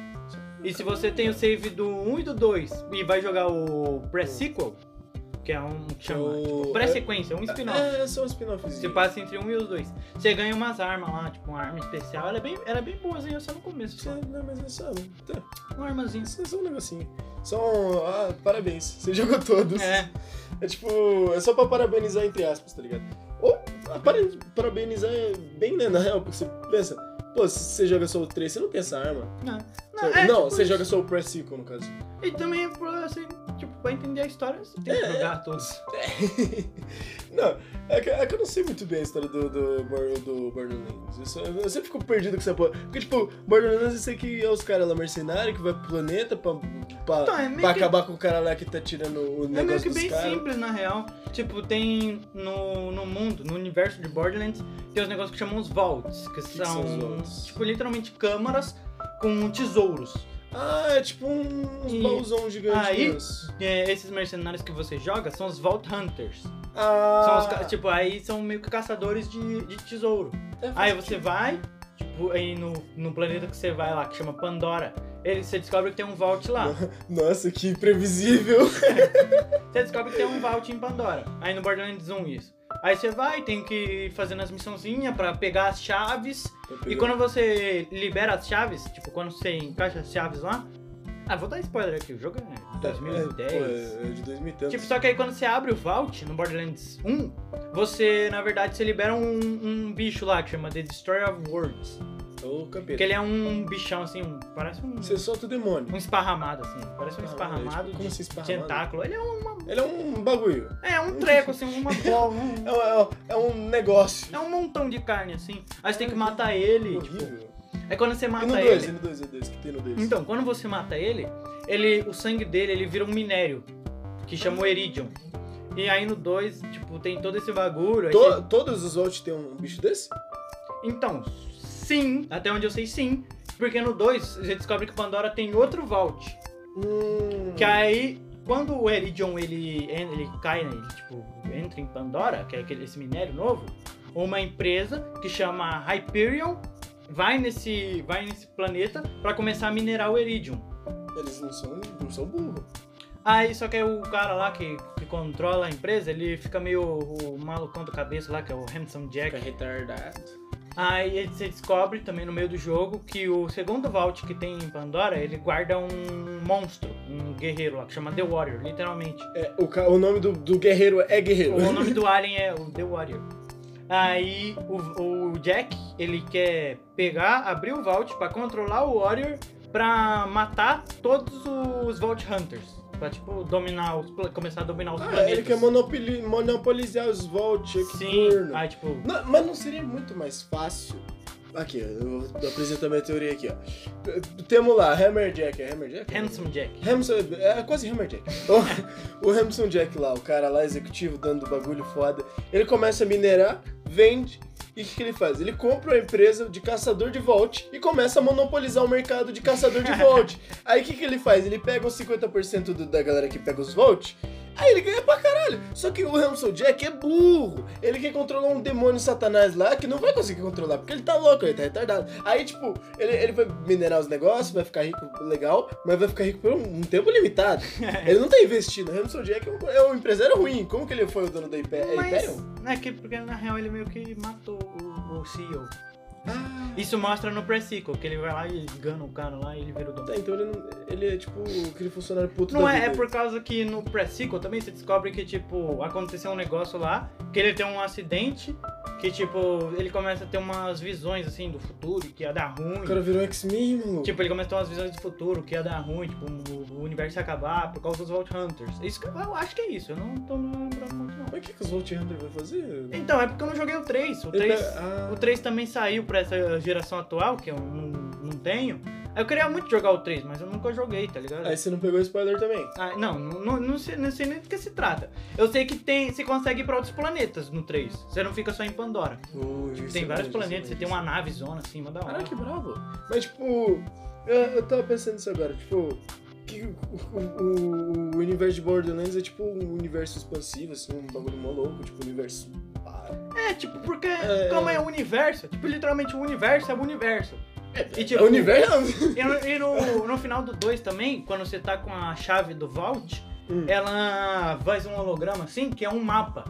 E se você
É
tem o save do 1 e do 2 e vai jogar o pré-sequel, que é um que chama...
O-
Tipo, pré-sequência, um spin-off.
É, é só um spin-off.
Você passa entre um e os dois. Você ganha umas armas lá, tipo uma arma especial. Ela é bem, ela é bem boazinha só no começo. Só.
Não, mas é só... Tá,
Uma armazinha.
isso é só um negocinho. São... Ah, parabéns. Você jogou todos.
É,
É tipo, é só pra parabenizar, entre aspas, tá ligado? Ou ah, para, parabenizar é bem, né, na real, porque você pensa, pô, se você joga só o 3, você não tem essa arma.
não.
Você-
é,
não,
tipo
você
isso.
joga só o press sequel, no caso. *laughs*
E também, pra, assim, tipo, pra entender a história, você
É,
tem que jogar todos.
não, é que, é que eu não sei muito bem a história do, do, Bor- do Borderlands. Eu, só- é, eu sempre fico perdido com essa porra. Porque, tipo, Borderlands eu sei que é os caras lá mercenários que vai pro planeta pra, pra,
Então, é meio
pra
que-
acabar com o cara lá que tá tirando o negócio
É meio que
dos
bem
caras.
simples, na real. Tipo, tem no, no mundo, no universo de Borderlands, tem os negócios que chamam os Vaults, que,
que
são,
são os vaults?
tipo, literalmente câmaras com tesouros.
Ah, é tipo um, uns
E-
baúzão gigante.
Aí-
mesmo.
É, esses mercenários que você joga são os Vault Hunters.
Ah,
São os ca- tipo, aí são meio que caçadores de, de tesouro.
é, faz
Aí você vai, tipo, aí no, no planeta que você vai lá, que chama Pandora, ele, você descobre que tem um vault
*laughs*
lá.
Nossa, que imprevisível.
Você descobre que tem um vault em Pandora. Aí no Borderlands 1 isso. Aí você vai, tem que ir fazendo as missãozinhas pra pegar as
Uhum.
chaves. E quando você libera as chaves, tipo, quando você encaixa as chaves lá, Ah, vou dar spoiler aqui, o jogo é de 2010.
Tá, É, pô, é de 2000 e tantos.
Tipo, só que aí quando você abre o Vault no Borderlands 1, você, na verdade, você libera um, um bicho lá que chama The Destroyer of Worlds.
Ô, capeta.
Porque ele é um bichão assim, um, parece um,
Você solta o demônio.
um esparramado assim. Parece um esparramado
Como
de
assim, esparramado?
tentáculo. Ele é um,
Ele é um bagulho.
é um treco assim, uma bola, um,
É um, é um- é um negócio.
é um montão de carne assim. Aí você tem que matar ele, tipo.
horrível.
Aí quando você
E no né?
mata
2,
ele,
e no 2, e no 2, que tem no 2.
Então, quando você mata ele, ele o sangue dele ele vira um minério, que chama o Eridium. E aí no 2, tipo, tem todo esse bagulho. aí você-
todos os outros tem um bicho desse?
Então, sim, até onde eu sei, sim. Porque no 2, a gente descobre que Pandora tem outro Vault.
Hum.
Que aí, quando o Eridium ele, ele cai, né, ele, tipo, entra em Pandora, que é aquele, esse minério novo, uma empresa que chama Hyperion vai nesse, vai nesse planeta pra começar a minerar o Eridium.
Eles não são, não são burros.
Aí, só que aí o cara lá que, que controla a empresa, ele fica meio o malucão do cabeça lá, que é o Handsome Jack.
retardado.
Aí ele- você descobre também no meio do jogo que o segundo vault que tem em Pandora, ele guarda um monstro, um guerreiro lá, que chama The Warrior, literalmente.
É, o, ca- o nome do, do guerreiro é guerreiro.
O nome do alien é o The Warrior. Aí o, o Jack, ele quer pegar, abrir o vault pra controlar o Warrior pra matar todos os Vault Hunters. Pra, tipo, dominar os, pla- começar a dominar os
*laughs* Ah,
planetas.
ele quer monopoli- monopolizar os Vault
Sim,
Nocturno.
ah, tipo,
né? Não, mas não seria muito mais fácil? Aqui, eu vou apresentar minha teoria aqui, ó. Temos lá, Hammerjack. É Hammerjack?
Handsome Jack.
Hamson, é quase Hammerjack. O, o Hamson Jack lá, o cara lá executivo dando bagulho foda, ele começa a minerar, vende, e o que, que ele faz? Ele compra uma empresa de caçador de Vault e começa a monopolizar o mercado de caçador de Vault. aí o que, que ele faz? Ele pega os 50% do- da galera que pega os Vault, aí ele ganha pra caralho. Só que o Hamson Jack é burro. Ele quer controlar um demônio satanás lá que não vai conseguir controlar, porque ele tá louco, ele tá retardado. Aí, tipo, ele, ele vai minerar os negócios, vai ficar rico, legal, mas vai ficar rico por um, um tempo limitado. ele não tá investindo. O Hamson Jack é um, é um empresário ruim. Como que ele foi o dono da Impe- é
Mas,
Imperium?
né, que, porque na real ele meio que matou o, o CEO.
Ah,
Isso mostra no pre-sequel, que ele vai lá e engana o cara lá e ele vira o dono.
tá, então ele, não- ele é tipo aquele funcionário puto
Não
da
é, é
vida.
por causa que no pre-sequel também você descobre que, tipo, aconteceu um negócio lá, que ele tem um acidente, que, tipo, ele começa a ter umas visões, assim, do futuro, que ia dar ruim.
O cara virou X-Men, mano.
Tipo, ele começa a ter umas visões do futuro, que ia dar ruim, tipo, o, o universo ia acabar por causa dos Vault Hunters. Isso, que- eu acho que é isso, eu não tô me lembrando muito, não.
Mas o que, que os Vault Hunter vai fazer?
Então, é porque eu não joguei o 3. O
Ele
3,
pega- ah.
o 3 também saiu pra essa geração atual, que eu não, não tenho. Eu queria muito jogar o 3, mas eu nunca joguei, tá ligado?
Aí você não pegou spoiler também.
Ah, não, não, não, sei, não sei nem do que se trata. Eu sei que tem, você consegue ir pra outros planetas no 3. Você não fica só em Pandora. Tipo,
é
Tem vários planetas, você tem uma nave zona assim, manda hora.
Caraca, que bravo. Mas, tipo, eu, eu tava pensando nisso agora, tipo, que o, o- o universo de Borderlands é tipo um universo expansivo, assim, um bagulho mó louco, tipo, um universo. pá.
É, tipo, porque
É.
como é o universo, tipo, literalmente o universo é o universo. E, tipo,
é universo?
E no, e no- no final do 2 também, quando você tá com a chave do Vault,
Hum.
ela faz um holograma assim, que é um mapa.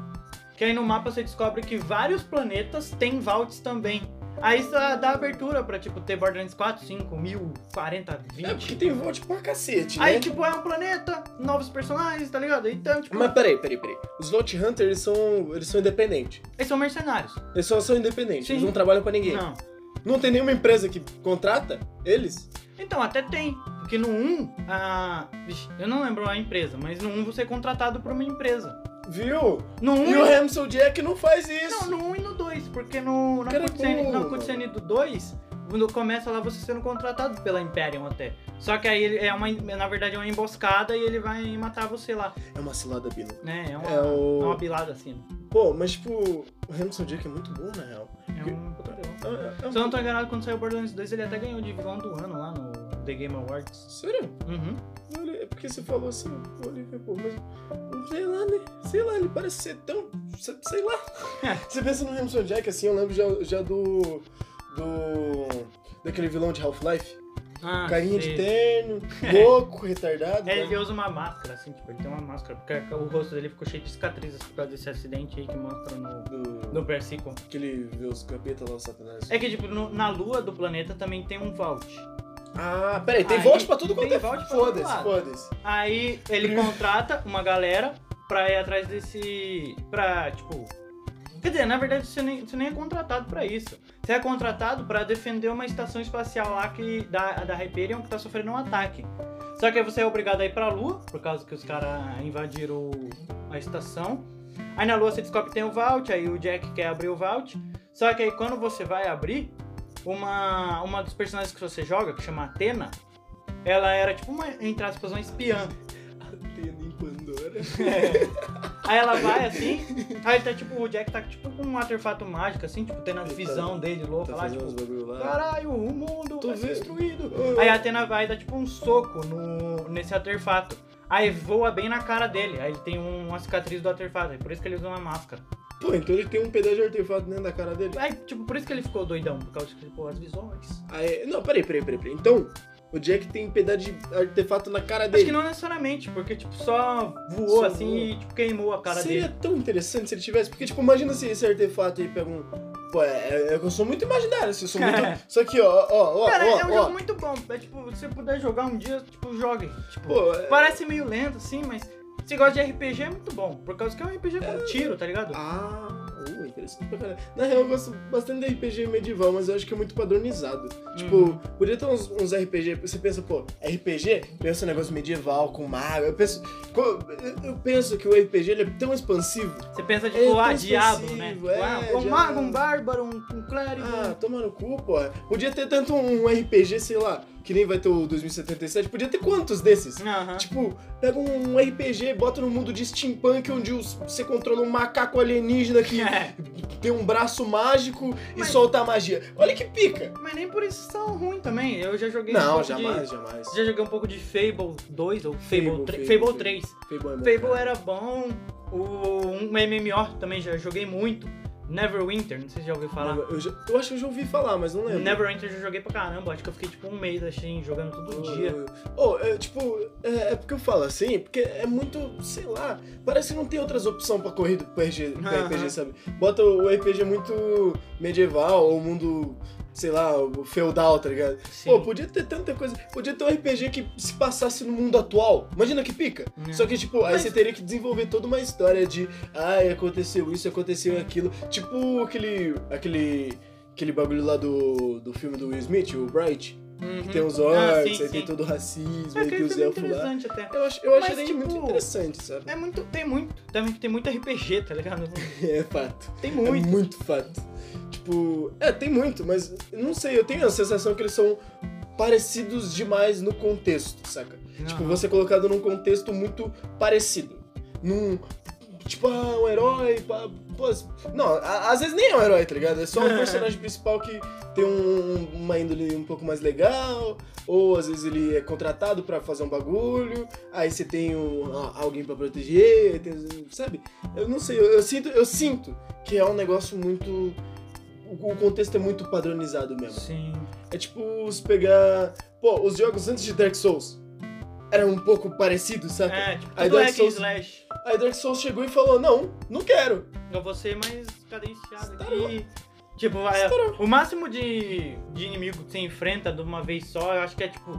Que aí no mapa você descobre que vários planetas têm Vaults também. Aí isso dá abertura pra, tipo, ter Borderlands 4, 5, 1000, 40, 20.
É porque tem Vault pra cacete, né?
Aí, tipo, é um planeta, novos personagens, tá ligado? Então, tipo,
Mas peraí, peraí, peraí. Os Vault Hunters, eles são, eles são independentes.
eles são mercenários.
Eles só são independentes,
Sim.
eles não trabalham pra ninguém.
Não.
Não tem nenhuma empresa que contrata eles?
Então, até tem. Porque no 1, a... Vixe, eu não lembro a empresa, mas no 1 você é contratado por uma empresa.
Viu?
No 1
E o Hamson Jack não faz isso.
Não, no 1 e no 2, porque no, na
Cara, é
cutscene,
como?
na cutscene do 2, quando começa lá você sendo contratado pela Imperium até. Só que aí ele é uma, na verdade é uma emboscada e ele vai matar você lá,
É uma cilada, Bino.
né? É uma,
É o-
é uma bilada assim.
Pô, mas tipo, o Hamilton Jack é muito bom, na real.
É um puta vilão.
É, é- é um-
Se eu não tá- tô enganado, quando saiu o Borderlands 2, ele até ganhou de vilão do ano lá no The Game Awards.
um- Sério?
Uhum.
Olha, É porque você falou assim, o Olivia, pô, mas. Sei lá, né? Sei lá, ele parece ser tão. se- Sei lá.
É.
você pensa no Hamilton Jack assim, eu lembro já, já do. Do. Daquele vilão de Half-Life.
Ah,
Carinha
sei. *laughs*
de terno, louco, retardado.
É,
né?
ele usa uma máscara, assim, tipo, ele tem uma máscara, porque o rosto dele ficou cheio de cicatrizes por causa desse acidente aí que mostra no,
Do,
no Persico.
Que ele vê os capeta lá, o Satanás.
É que, tipo, no- na lua do planeta também tem um vault.
Ah, peraí, tem
Aí,
volte pra tudo quanto
tem
é
vault pra todo
Foda-se,
lado.
foda-se.
Aí ele contrata uma galera pra ir atrás desse. pra, tipo. Quer dizer, na verdade você nem, você nem é contratado pra isso. Você é contratado pra defender uma estação espacial lá que, da, da Hyperion que tá sofrendo um ataque. Só que aí você é obrigado a ir pra lua, por causa que os caras invadiram o- a estação. Aí na lua você descobre que tem o vault, aí o Jack quer abrir o vault. Só que aí quando você vai abrir, uma, uma dos personagens que você joga, que chama Atena, ela era tipo uma, entre aspas, uma espiã.
Atena em Pandora.
Aí ela vai assim, aí tá tipo, o Jack tá tipo com um artefato mágico, assim, tipo, tendo as
Ele tá-
visão dele louca
Tá
lá,
fazendo
tipo,
uns bagulho lá.
caralho, o mundo
Tô
vai ser
vendo.
destruído.
Ô,
Aí a Atena vai dar tipo um soco no, nesse artefato. Aí voa bem na cara dele. Aí ele tem um- uma cicatriz do artefato. É por isso que ele usa uma máscara.
Pô, então ele tem um pedaço de artefato dentro da cara dele.
Aí, tipo, por isso que ele ficou doidão, por causa que, pô, as visões.
Aí, não, peraí, peraí, peraí, peraí. Então, o Jack tem pedaço de artefato na cara dele.
Acho que não necessariamente, porque, tipo, só voou
Só
assim
voou.
e tipo, queimou a cara
Seria
dele.
tão interessante se ele tivesse, porque, tipo, imagina se esse artefato aí pega um. Pô, é- é- eu sou muito imaginário, assim, eu
*laughs*
sou muito. Só que, ó, ó, ó,
Cara,
ó,
é um
ó.
jogo muito bom. É tipo, se você puder jogar um dia, tipo, jogue. Tipo,
Pô, é-
parece meio lento, assim, mas se gosta de RPG é muito bom. Por causa que é um RPG com tiro, tá ligado?
Ah, uh, interessante pra caralho. Na real, eu gosto bastante de RPG medieval, mas eu acho que é muito padronizado. Tipo,
Uhum.
podia ter uns, uns RPG. Você pensa, pô, RPG? Pensa um negócio medieval com mago. Eu penso, co- eu penso que o RPG ele é tão expansivo.
Você pensa,
É
tipo, ah,
tão
diabo, né? Tipo,
expansivo,
ah,
é,
um
diabo.
mago, um bárbaro, um, um clérigo.
Ah, toma no cu, pô. Podia ter tanto um RPG, sei lá, que nem vai ter o 2077. Podia ter quantos desses?
Aham.
Tipo, pega um RPG, bota no mundo de steampunk onde os- você controla um macaco
*laughs*
alienígena que
É.
tem um braço mágico e
Mas-
solta a magia. Olha que pica!
Mas nem por isso são ruim também. Eu já joguei um
Não,
pouco
jamais,
de...
jamais.
Já joguei um pouco de Fable 2 ou Fable,
Fable,
3.
Fable,
Fable,
Fable.
3.
Fable é bom.
Fable era bom. O, um MMO também já joguei muito. Neverwinter, não sei se já ouviu falar.
Eu, já- eu acho que eu já ouvi falar, mas não lembro.
Neverwinter eu já joguei pra caramba. Acho que eu fiquei tipo um mês assim, jogando todo dia.
Oh, é, tipo, é, é porque eu falo assim, porque é muito, sei lá, parece que não tem outras opções pra corrida pra RPG, pra
Aham.
RPG, sabe? Bota o RPG muito medieval ou mundo, sei lá, o feudal, tá ligado?
Sim.
Pô, podia ter tanta coisa. Podia ter um RPG que se passasse no mundo atual. Imagina que pica.
É.
Só que, tipo, aí
Mas-
você teria que desenvolver toda uma história de. Ai, aconteceu isso, aconteceu aquilo. Tipo aquele. aquele. aquele bagulho lá do, do filme do Will Smith, o Bright.
Uhum.
Que tem os
Ah,
orcs,
sim,
aí tem
sim.
todo o racismo,
É,
aí
que
tem
ele
os
foi bem
elfos lá.
interessante até.
Eu, acho, eu
Mas,
achei ele muito
tipo, *laughs*
interessante, sabe?
É muito, tem muito. Também tem muito RPG, tá ligado?
É fato.
Tem
É
muito.
muito fato. Tipo, é, tem muito, mas não sei, eu tenho a sensação que eles são parecidos demais no contexto, saca? *laughs* Tipo,
Aham.
você é colocado num contexto muito parecido. Num. Tipo, ah, um herói. pá, pô, as- não, a- às vezes nem é um herói, tá ligado? É só um personagem principal que tem um- uma índole um pouco mais legal. Ou às vezes ele é contratado pra fazer um bagulho. Aí você tem um- a- alguém pra proteger. tem- sabe? Eu não sei, eu, eu sinto, eu sinto que é um negócio muito. O o contexto é muito padronizado mesmo.
Sim.
É tipo se pegar. Pô, os jogos antes de Dark Souls eram um pouco parecidos, saca?
É, tipo,
Aí
tudo
Dark
hack and
Souls-
slash.
Aí Dark Souls chegou e falou: Não, não quero.
Eu vou ser mais cadenciado
Estourou.
aqui. Tipo, vai-
Estourou.
o máximo de, de inimigo que você enfrenta de uma vez só, eu acho que é tipo.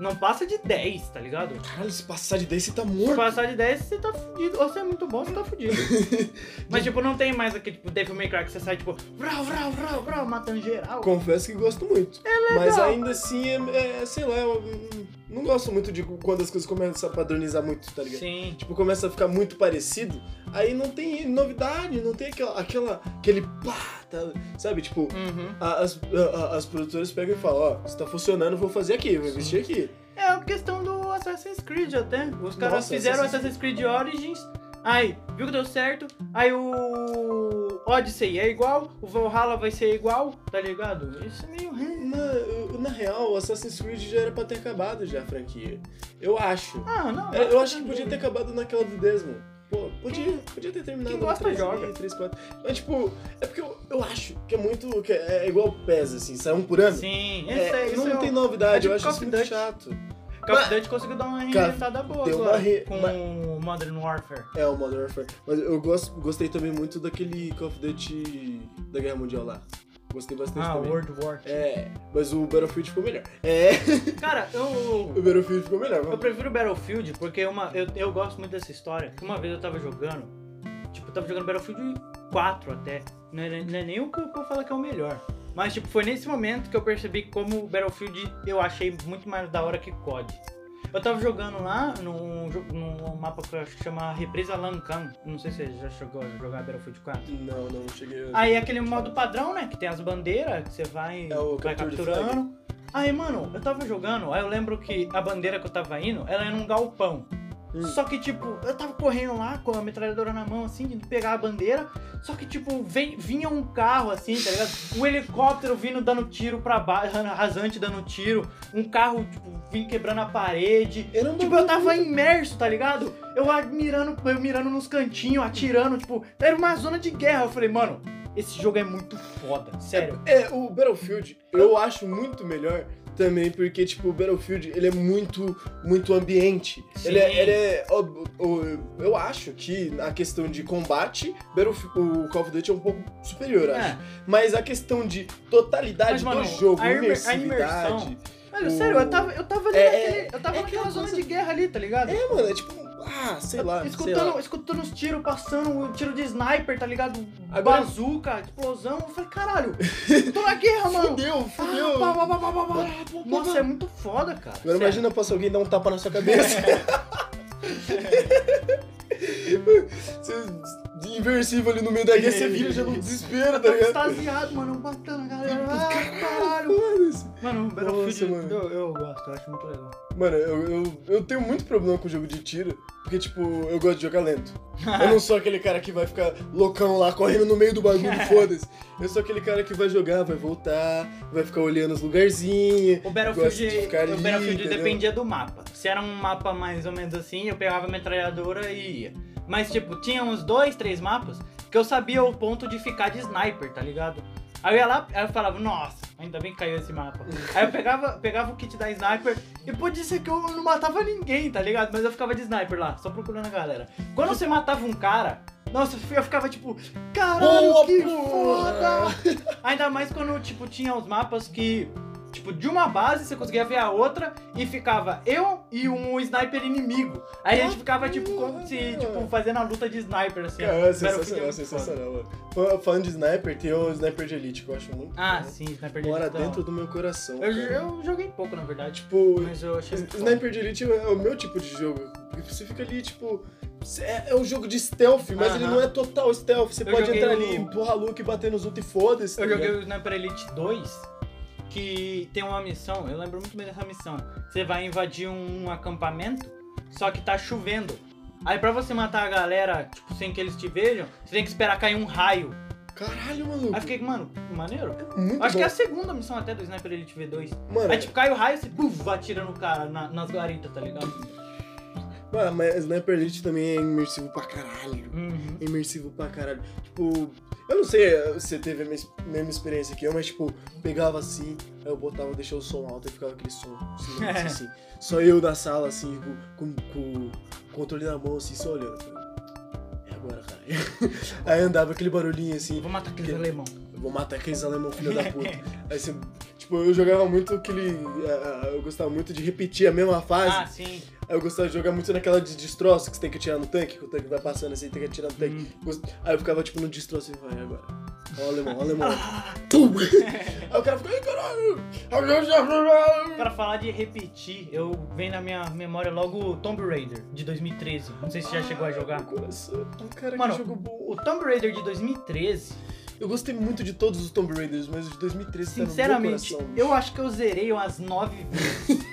Não passa de 10, tá ligado?
Caralho, se passar de 10, você tá
Se
morto.
passar de 10, você tá fudido. Ou você é muito bom, você tá
*laughs*
fudido. Mas, tipo, não tem mais aquele, tipo, Devil May Cry que você sai, tipo, vrau, vrau, vrau, vrau, matando geral.
Confesso que gosto muito.
É
Mas ainda assim, é, é, sei lá, eu hum, não gosto muito de quando as coisas começam a padronizar muito, tá ligado?
Sim.
Tipo, começa a ficar muito parecido, aí não tem novidade, não tem aquela, aquela aquele pá, tá, sabe? Tipo,
Uhum.
a- as, a- a- as produtoras pegam e falam: Ó, se tá funcionando, vou fazer aqui, vou investir aqui.
É a questão do Assassin's Creed até. Os caras
Nossa,
fizeram
Assassin's
Assassin's Creed Origins. Aí, viu que deu certo? Aí o Odyssey é igual, o Valhalla vai ser igual, tá ligado? Isso é meio.
Na, na real, o Assassin's Creed já era pra ter acabado já a franquia. Eu acho.
Ah, não.
É, Eu acho que podia ter acabado naquela do Desmond. Pô, podia, podia ter terminado
quem gosta,
no 3,
joga.
3, 4. Mas, tipo, é porque eu, eu acho que é muito. Que é, é igual PES, assim, sai um por ano.
Sim,
É,
esse é, isso
não
é
tem
o-
novidade,
é tipo
eu acho
Call
isso
of
muito
Duty.
chato.
Call of Duty conseguiu dar uma reinventada boa
deu uma
agora
re-
com
uma-
o Modern Warfare.
É o Modern Warfare. Mas eu gosto, gostei também muito daquele Call of Duty da Guerra Mundial lá. Gostei bastante
Ah,
também.
World War.
É, mas o Battlefield ficou melhor. É, *laughs*
Cara, eu,
o Battlefield ficou melhor.
eu
Vamos.
prefiro Battlefield porque é uma, eu, eu gosto muito dessa história. Que uma vez eu tava jogando, tipo, eu tava jogando Battlefield 4 até. Não é, não é nem o que eu que eu falo que é o melhor. Mas, tipo, foi nesse momento que eu percebi como o Battlefield eu achei muito mais da hora que COD. Eu tava jogando lá num, jo- num mapa que eu acho que chama Represa Lankan. Não sei se você já chegou a jogar Battlefield 4.
Não, não, cheguei.
Aí é aquele modo padrão, né? Que tem as bandeiras, que você vai,
É o
vai
capture the
capturando. Aí, mano, eu tava jogando, aí eu lembro que a bandeira que eu tava indo, ela era um galpão.
Hum.
Só que, tipo, eu tava correndo lá com a metralhadora na mão, assim, de pegar a bandeira. Só que, tipo, vem, vinha um carro, assim, tá ligado? Um helicóptero vindo dando tiro pra baixo, *laughs* rasante dando tiro. Um carro, tipo, vindo quebrando a parede.
Era um
Tipo, eu tava imerso, tá ligado? Eu a- mirando, eu mirando nos cantinhos, atirando, tipo, era uma zona de guerra. Eu falei, mano, esse jogo é muito foda, sério.
É, o Battlefield eu acho muito melhor também, porque, tipo, o Battlefield ele é muito, muito ambiente.
Sim.
Ele é, ele é- ó, ó, Eu acho que na questão de combate, Battlefield, o Call of Duty é um pouco superior, eu acho.
É,
Mas a questão de totalidade
Mas, mano,
do jogo,
a imer- a
imersividade.
imersão- velho, sério, eu tava, eu tava ali
É,
naquele, eu tava naquela
é aquela
zona
coisa-
de guerra ali, tá ligado?
É, mano, é tipo. Ah, sei lá. Sei
Escutando,
lá.
escutando os tiros passando, o tiro de sniper, tá ligado?
Agora-
Bazuca, explosão. Eu falei, caralho, tô na
*laughs*
guerra, mano.
Fudeu,
Ah,
fudeu.
pá, pá, pá, pá, pá, pá.
Ah, pô, pô,
Nossa,
pô.
é muito foda, cara.
Agora
sério.
imagina posso alguém dar um tapa na
*laughs*
sua cabeça. você inversível ali no meio da guerra, você vira já no desespero,
Eu
tá
tava
ligado?
extasiado, mano, matando a
*laughs*
galera. Ah, caralho.
Foda-se.
Mano, o Battlefield
mano.
Eu, eu gosto, eu acho muito legal.
Mano, eu, eu, eu tenho muito problema com o jogo de tiro, porque, tipo, eu gosto de jogar lento. Eu não sou aquele cara que vai ficar loucão lá, correndo no meio
*laughs*
do bagulho, foda-se. Eu sou aquele cara que vai jogar, vai voltar, vai ficar olhando os lugarzinhos.
O
gosta de
Battlefield,
ficar ali,
o Battlefield
entendeu?
dependia do mapa. Se era um mapa mais ou menos assim, eu pegava a metralhadora e ia. Mas, tipo, tinha uns dois, três mapas que eu sabia o ponto de ficar de sniper, tá ligado? Aí eu ia lá, aí eu falava, nossa, ainda bem que caiu esse mapa. Aí eu pegava, pegava o kit da sniper e podia ser que eu não matava ninguém, tá ligado? Mas eu ficava de sniper lá, só procurando a galera. Quando você matava um cara, nossa, eu ficava tipo, caralho,
Boa,
que
porra!"
foda! Ainda mais quando, tipo, tinha os mapas que, tipo, de uma base você conseguia ver a outra e ficava eu e um sniper inimigo. Aí a gente ficava, tipo, como se, tipo, fazendo a luta de sniper, assim.
Cara, é
Battlefield é muito foda.
sensacional, sensacional, mano. Fal- Falando de sniper, tem o sniper de elite, que eu acho muito.
Ah,
bom.
sim, sniper de
Mora
elite,
dentro
então.
do meu coração.
Eu,
cara.
eu joguei pouco, na verdade,
Tipo,
mas eu achei muito foda.
Sniper de Elite é o meu tipo de jogo. Porque Você fica ali, tipo. É, é um jogo de stealth, mas ele
Aham.
não é total stealth. Você
Eu
pode
joguei
entrar
o-
ali, empurrar Luke, bater nos outros e foda-se.
Eu
tá
joguei
ligado?
o Sniper Elite 2, que tem uma missão, eu lembro muito bem dessa missão. Você vai invadir um acampamento, só que tá chovendo. Aí pra você matar a galera, tipo, sem que eles te vejam, você tem que esperar cair um raio.
Caralho, maluco.
Aí eu fiquei, mano, que maneiro.
Muito
Acho
bom.
que é a segunda missão até do Sniper Elite V2.
Mano,
Aí tipo, cai o raio e você buf, atira no cara, na- nas garitas, tá ligado?
mano, mas Sniper Elite também é imersivo pra caralho.
Uhum.
imersivo pra caralho. Tipo, eu não sei eh, se você teve a mes- mesma experiência que eu, mas tipo, pegava assim, aí eu botava, deixava o som alto e ficava aquele som, silêncio, assim. Só eu na sala, assim, com, com- com o controle na mão, assim, só olhando. Falei, É agora, cara. *laughs* aí andava aquele barulhinho assim,
Vou matar aqueles alemão.
eu vou matar aqueles alemão filho da puta. Aí você, tipo, eu jogava muito aquele. ah, ah, Eu gostava muito de repetir a mesma fase.
Ah, sim.
Aí eu gostava de jogar muito naquela de destroço que você tem que atirar no tanque, que o tanque vai passando assim, tem que atirar no tanque.
Hum.
Gost- Aí eu ficava tipo no destroço assim, vai agora. Ó, o alemão, ó, o
*laughs*
alemão. Tum! Aí o cara ficou, ai caralho!
Pra falar de repetir, eu vem na minha memória logo Tomb Raider de 2013. Não sei se você já chegou a
Ai,
jogar.
meu coração. assim? Um Cara,
Mano,
que jogo bom.
O Tomb Raider de 2013,
Eu gostei muito de todos os Tomb Raiders, mas o de 2013 tá no meu
sinceramente,
coração, bicho.
eu acho que eu zerei umas nove vezes.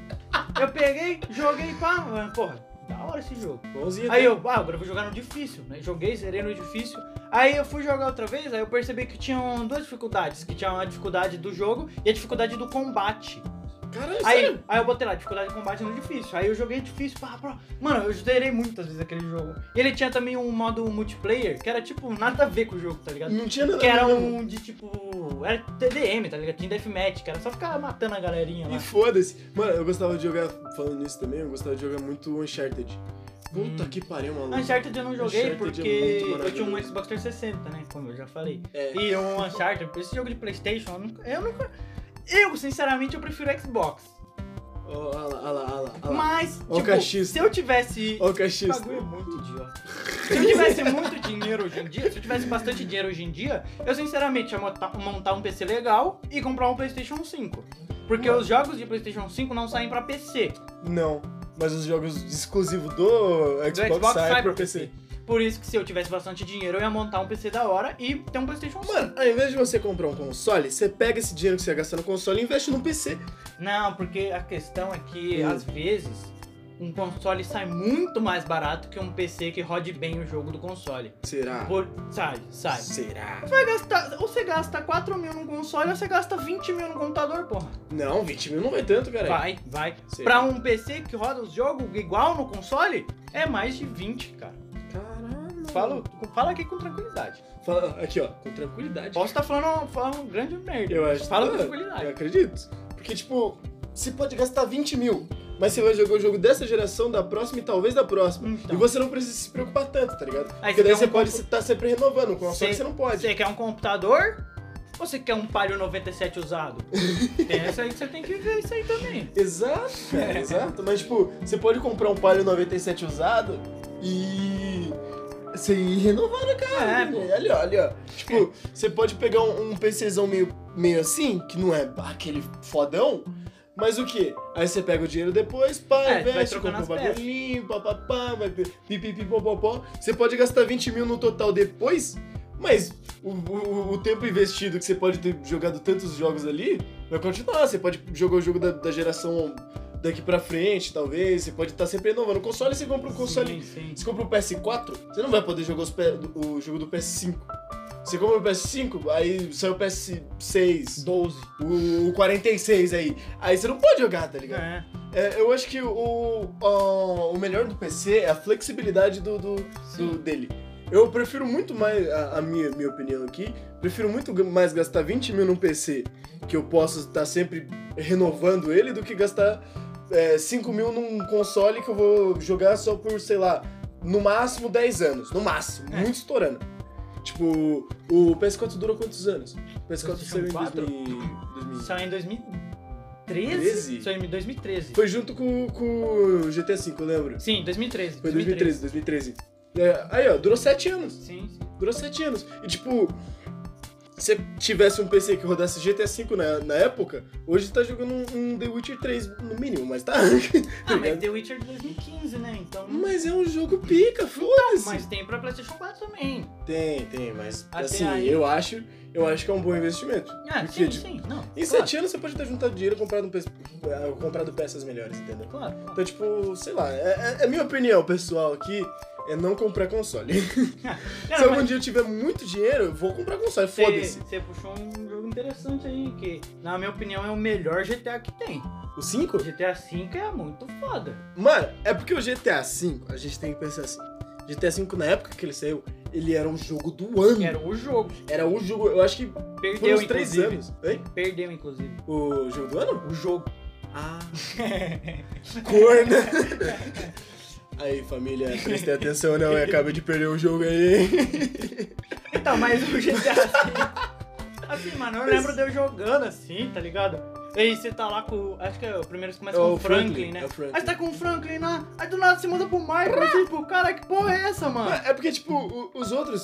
*laughs*
eu peguei, joguei, pá, mano, porra, da hora esse jogo.
Bonzinho
Aí
até.
eu, ah, agora eu vou jogar no difícil, né? Joguei, zerei no difícil. Aí eu fui jogar outra vez, aí eu percebi que tinham duas dificuldades. Que tinha uma dificuldade do jogo e a dificuldade do combate.
Caralho, sério?
Aí, aí eu botei lá, dificuldade de combate no difícil. Aí eu joguei difícil, pá, pá. Mano, eu zerei muitas vezes aquele jogo. E ele tinha também um modo multiplayer, que era tipo, nada a ver com o jogo, tá ligado?
Não tinha nada.
Que era
não, não.
um de tipo. Era TDM, tá ligado? Team Deathmatch, cara. Só ficar matando a galerinha lá.
E foda-se. Mano, eu gostava de jogar, falando nisso também, eu gostava de jogar muito Uncharted.
Hum.
Puta que pariu, maluco.
Uncharted eu não joguei
Uncharted é
porque
muito
eu tinha um
maravilhoso.
Xbox 360, né? Como eu já falei.
É.
E um Uncharted, pra esse jogo de Playstation, eu nunca. Eu, nunca- eu, sinceramente, eu prefiro Xbox.
Ó, olha lá, olha lá, olha lá, olha lá.
Mas,
Ó Ah, o
tipo,
cachista.
se eu tivesse.
Ó o cachista.
Bagulho é muito idiota. Se eu tivesse muito dinheiro hoje em dia, se eu tivesse bastante dinheiro hoje em dia, eu sinceramente ia monta- montar um PC legal e comprar um PlayStation 5. Porque os jogos de PlayStation 5 não saem pra PC.
Não, mas os jogos exclusivos do Xbox,
Do Xbox
saem
sai
pro
pra
PC.
PC. Por isso que se eu tivesse bastante dinheiro, eu ia montar um PC da hora e ter um PlayStation 5.
Mano, ao invés de você comprar um console, você pega esse dinheiro que você ia gastar no console e investe no PC.
Não, porque a questão é que,
Hum.
às vezes, um console sai muito mais barato que um PC que rode bem o jogo do console.
Será?
Por... Sai, sai.
Será?
Vai gastar, ou você gasta 4 mil no console, ou você gasta 20 mil no computador, porra.
Não, 20 mil não vai tanto, cara.
Vai, vai.
Será?
Pra um PC que roda os jogos igual no console, é mais de 20, cara.
Caralho.
Fala, fala aqui com tranquilidade.
Fala aqui, ó, com tranquilidade.
Posso estar falando, falando um grande merda.
Eu acho
Fala
que-
com
Eu
tranquilidade.
acredito. Porque, tipo, você pode gastar 20 mil, mas você vai jogar o jogo dessa geração, da próxima e talvez da próxima.
Então.
E você não precisa se preocupar tanto, tá ligado?
Aí
Porque
você
daí
quer
você
um
pode
compu-
estar sempre renovando, com a
Você-
Sony você não pode.
Você quer um computador? Ou você quer um Palio 97
*laughs*
usado? Tem essa aí que você tem que ver isso aí também.
Exato, cara, exato. Mas, tipo, você pode comprar um Palio 97 usado e. assim, Você ir renovando, né, cara.
É, pô.
Olha, olha, olha. Tipo, você pode pegar um, um PCzão meio, meio assim, que não é aquele fodão. Mas o quê? Aí você pega o dinheiro depois, pá,
É, vai
investe,
trocando
compra um
as peças.
bagulhinho, papapá, vai pipipipopopó. Você pode gastar 20 mil no total depois, mas o, o- o tempo investido que você pode ter jogado tantos jogos ali vai continuar. Você pode jogar o jogo da, da geração daqui pra frente, talvez. Você pode estar sempre renovando. O console você compra um
Sim,
console.
sim.
Você compra um o PS4, você não vai poder jogar os pe- o jogo do PS5. Você compra um o PS5, aí sai o PS6,
12.
o, o 46 aí. Aí você não pode jogar, tá ligado?
É,
É, eu acho que o, ó, o melhor do PC é a flexibilidade do, do,
sim.
do- dele. Eu prefiro muito mais, a, a minha, minha opinião aqui, prefiro muito g- mais gastar 20 mil num PC que eu posso estar sempre renovando ele do que gastar é, 5 mil num console que eu vou jogar só por, sei lá, no máximo 10 anos. No máximo,
É.
muito estourando. Tipo, o PS4 dura quantos anos? O PS4 saiu em
2004?
2000, 2000.
Saiu em 2013?
Hum. Treze?
Saiu em 2013.
Foi junto com, com o GTA V, eu lembro.
Sim, 2013.
Foi 2013, 2013. É, aí, ó, durou 7 anos.
Sim, sim.
Durou 7 anos. E, tipo, se tivesse um PC que rodasse GTA V na, na época, hoje você tá jogando um, um The Witcher 3, no mínimo, mas *laughs* tá.
Ah, mas The Witcher de 2015, né? Então.
mas é um jogo pica,
tá
foda-se.
Mas tem pra PlayStation 4 também.
Tem, tem, mas
Até
assim,
aí-
eu acho, eu acho que é um bom investimento.
Ah,
Porque
sim,
de-
sim. Não.
Em
claro,
7 anos você pode ter juntado dinheiro e comprado, um PC, ah, comprado peças melhores, entendeu?
Claro. claro.
Então, tipo, sei lá, é, é- é minha opinião pessoal aqui, é não comprar console. Se
Cara,
algum
mas
dia eu tiver é muito dinheiro, eu vou comprar console,
você-
foda-se.
Você puxou um jogo interessante aí, que na minha opinião é o melhor GTA que tem.
O
O
5?
GTA V é muito foda.
Mano, é porque o GTA V, a gente tem que pensar assim. GTA V, na época que ele saiu, ele era um jogo do ano.
Era o jogo.
Era o jogo, eu acho que foi
Perdeu,
uns 3
inclusive.
anos. Hein?
Perdeu, inclusive.
O jogo do ano?
O jogo. *laughs*
Ah. Corna. *laughs* Aí, família, prestem atenção, não. Eu acabei de perder o jogo aí.
Então, mas o GTA V. Assim, mano, eu lembro de eu jogando assim, tá ligado? E aí você tá lá com. Acho que é o primeiro que começa
É
com
o
o Franklin,
Franklin,
né?
é o Franklin. Ah!
Aí você tá com o Franklin lá, aí do nada você muda pro Michael, tipo, cara, que porra é essa, mano?
É porque, tipo, o- os outros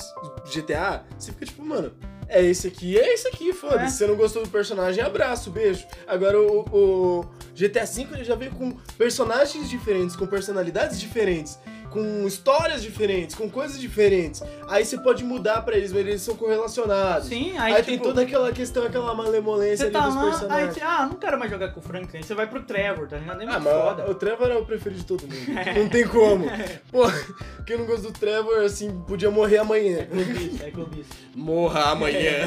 GTA, você fica tipo, mano, é esse aqui, é esse aqui, foda-se.
É.
Se você não gostou do personagem, abraço, beijo. Agora o, o GTA V ele já veio com personagens diferentes, com personalidades diferentes, com histórias diferentes, com coisas diferentes. Aí você pode mudar pra eles, mas eles são correlacionados.
Sim,
Aí,
aí,
tem
tipo,
toda aquela questão, aquela malemolência
Você
ali
tá
dos
lá, aí
personagens.
você, ah, não quero mais jogar com o Franklin. Aí Você vai pro Trevor, tá ligado? É muito
Ah, mas
foda.
o Trevor é o preferido de todo
*laughs*
mundo. Não tem como. Pô, quem não gosta do Trevor, assim, podia morrer amanhã.
É clubista, é clubista.
Morra amanhã.
É.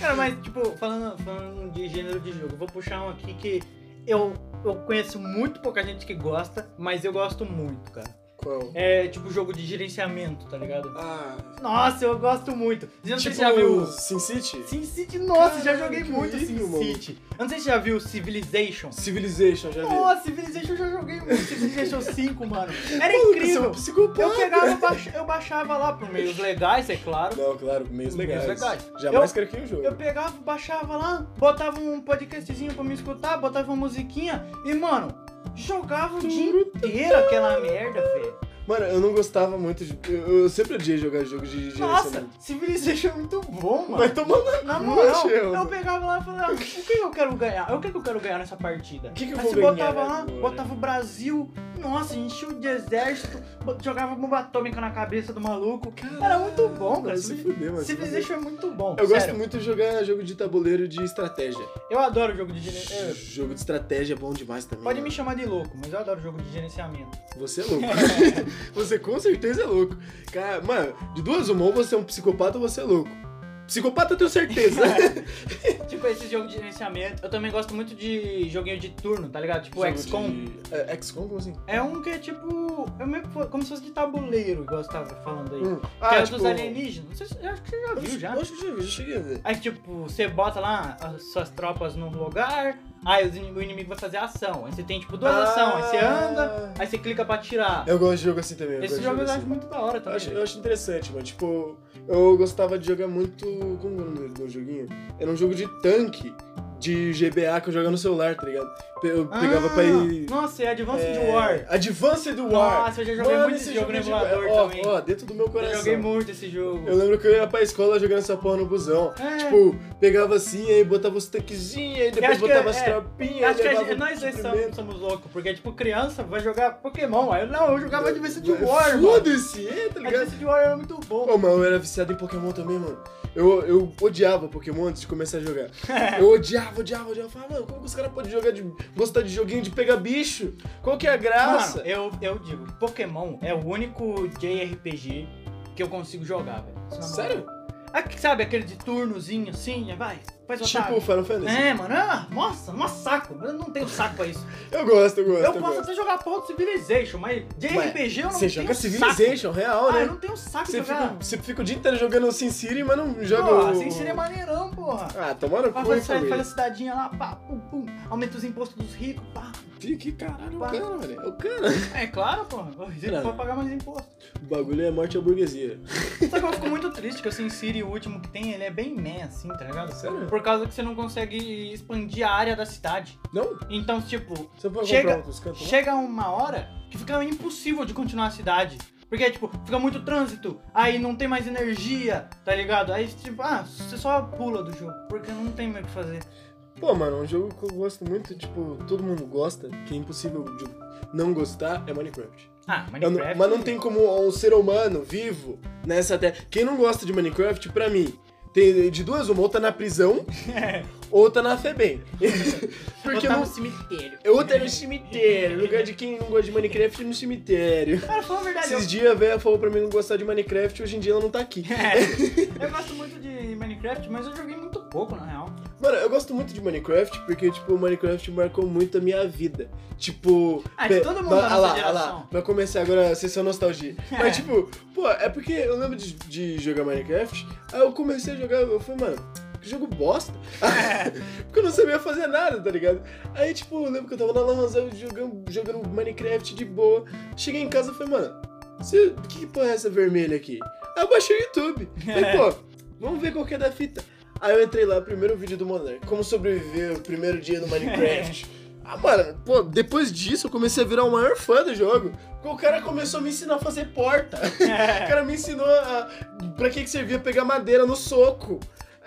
Cara, mas, tipo, falando, falando de gênero de jogo, vou puxar um aqui que eu, eu conheço muito pouca gente que gosta, mas eu gosto muito, cara.
Qual?
É tipo jogo de gerenciamento, tá ligado?
Ah.
Nossa, eu gosto muito. Eu não sei
tipo,
se já viu.
Sin City?
Sin City, nossa, já
Caralho,
joguei
que
muito Sin
horrível, mano.
City. Eu não sei se já viu Civilization.
Civilization, já vi.
Nossa, Civilization eu já joguei muito. Civilization 5, mano. Era
Maluco, Você é um
incrível.
psicopata.
Eu pegava, eu baix- eu baixava lá por meios legais, é claro.
Não, claro,
Meios
meios legais.
legais.
Jamais
Eu-
craquei o jogo.
Eu pegava, baixava lá, botava um podcastzinho pra me escutar, botava uma musiquinha e, mano, jogava o dia inteiro aquela merda, velho.
Mano, eu não gostava muito de. Eu, eu sempre odiei jogar jogo de
Nossa,
gerenciamento.
Civilization é muito bom, mano.
Vai tomar na.
Na moral,
Poxa, tá eu-
eu pegava lá e falava, o que eu quero ganhar? O que eu quero ganhar nessa partida?
O que que eu
Aí
vou
você
ganhar
botava lá,
agora?
botava o Brasil, nossa, enchia o de exército, bo- jogava bomba atômica na cabeça do maluco. Era muito bom, cara.
Mano, se fuder, mano. se fuder.
Civilization é muito bom.
Eu
sério.
gosto muito de jogar jogo de tabuleiro de estratégia.
Eu adoro jogo de gerenciamento.
Jogo de estratégia é bom demais também.
É, Pode
né?
me chamar de louco, mas eu adoro jogo de gerenciamento.
Você é louco. *laughs* você com certeza é louco. Cara, mano, de duas uma, ou você é um psicopata ou você é louco. Psicopata eu
*laughs*
tenho certeza.
tipo, esse jogo de gerenciamento. Eu também gosto muito de joguinho de turno, tá ligado? Tipo,
Jogo
XCOM.
de- É, XCOM, como assim?
É um que é tipo. É meio que fo- como se fosse de tabuleiro, igual você tava falando aí.
Hum.
que é
tipo,
dos alienígenas. Não sei se- eu acho que você já viu já.
Eu acho que já vi, já cheguei a ver.
Aí, tipo, você bota lá as suas tropas num lugar, aí os inim- o inimigo vai fazer a ação. Aí você tem, tipo, duas ações. Aí você anda, aí você clica pra atirar.
Ah! Eu gosto de jogo assim também. eu
Esse
gosto de
jogo eu
assim.
acho muito da hora
Eu
também.
acho, eu acho interessante, mano. Tipo, eu gostava de jogar muito. Como é o nome dele, do joguinho? Era um jogo de tanque de GBA que eu jogava no celular, tá ligado? Pe- Eu
Ah,
pegava pra ir.
Nossa, é Advanced
é,
War.
Advanced War!
Nossa, eu já joguei
Mano, é
muito esse jogo no emulador
ó,
também.
tipo, Ó, dentro do meu
Eu
coração.
joguei muito esse jogo.
Eu lembro que eu ia pra escola jogando essa porra no busão.
É.
Tipo, pegava assim, aí botava os tanquezinhos, aí depois
acho que
botava
é-
as
é,
tropinhas.
Acho que a
levava
gente,
o
nós dois somos,
suprimento.
somos loucos, porque, tipo, criança vai jogar Pokémon. Aí, eu- não, eu jogava Advanced War, mano.
Foda-se, é, tá ligado?
Advanced War era muito bom.
Ô, mano, eu era viciado em Pokémon também, mano. Eu, eu odiava Pokémon antes de começar a
*laughs*
jogar. Eu odiava, odiava, odiava. Eu Falava, mano, como que os caras podem jogar de. gostar de joguinho de pegar bicho? Qual que é a graça?
Mano, eu, eu digo, Pokémon é o único JRPG que eu consigo jogar, velho. Isso na moral.
Sério?
Aqui, sabe, aquele de turnozinho assim, vai, faz o
Tipo Final Fantasy.
É, mano, ah, nossa, mó saco. Eu não tenho saco pra isso.
Eu gosto, eu gosto.
É. Eu
eu
posso
gosto.
até jogar porra do Civilization, mas JRPG eu não
Você
tenho saco.
joga Civilization, real,
Ah, eu
né?
não tenho saco
Você
pra
fica,
jogar.
você fica o dia inteiro jogando SimCity, mas não joga
Porra,
o...
assim seria maneirão, porra.
Ah, tomaram cu,
Vai fazer,
hein,
faz a
família.
cidadinha lá, pá, pum, pum, aumenta os impostos dos ricos, pá.
Ih, Que caralho, o
Pá.
cara, velho. É O cara.
É claro, porra. Os ricos
Grana.
vão pagar mais impostos.
O bagulho é morte à burguesia.
Só que eu fico muito triste que o Sin City, o último que tem, ele é bem meh, assim, tá ligado?
Ah, Sério?
Por causa que você não consegue expandir a área da cidade.
Não?
Então, tipo,
Você pode
Chega-
comprar outros cantos?
chega uma hora que fica impossível de continuar a cidade. Porque, tipo, fica muito trânsito, aí não tem mais energia, tá ligado? Aí, tipo, ah, você só pula do jogo, porque não tem mais o que fazer.
Pô, mano, um jogo que eu gosto muito, tipo, todo mundo gosta, que é impossível de não gostar, é Minecraft.
Ah,
Eu não-
Minecraft...
mas não tem como um ser humano vivo nessa terra. Quem não gosta de Minecraft, pra mim, tem de duas uma, ou tá na prisão,
*laughs*
ou tá na Febem. Porque
Botar
não. é um
no cemitério.
Ou tá
*laughs*
no cemitério. Lugar de quem não gosta de Minecraft é no cemitério.
Cara, fala a verdade, eu,
Esses dias a véia falou pra mim não gostar de Minecraft, hoje em dia ela não tá
*laughs*
aqui.
eu gosto muito de Minecraft, mas eu joguei muito pouco, na real.
Mano, eu gosto muito de Minecraft porque, tipo, o Minecraft marcou muito a minha vida. Tipo.
Ah, de
pe-
todo mundo
vai-
da
ah lá,
nossa
ah lá,
geração.
Vai começar agora a sessão nostalgia.
*laughs* É.
Mas, tipo, pô, é porque eu lembro de, de jogar Minecraft, aí eu comecei a jogar, eu falei, mano. que Jogo bosta.
É.
*laughs* Porque eu não sabia fazer nada, tá ligado? Aí, tipo, eu lembro que eu tava na Lan House, eu jogando, jogando Minecraft de boa. Cheguei em casa e falei, mano, você, que porra é essa vermelha aqui? Aí eu baixei o YouTube.
*laughs*
Falei, pô, vamos ver qual que é da fita. Aí eu entrei lá, primeiro vídeo do Monark. Como sobreviver o primeiro dia
*laughs*
no Minecraft. ah, mano, pô, depois disso eu comecei a virar o maior fã do jogo. Porque o cara começou a me ensinar a fazer
*laughs*
porta. o cara me ensinou a, pra que, que servia pegar madeira no soco.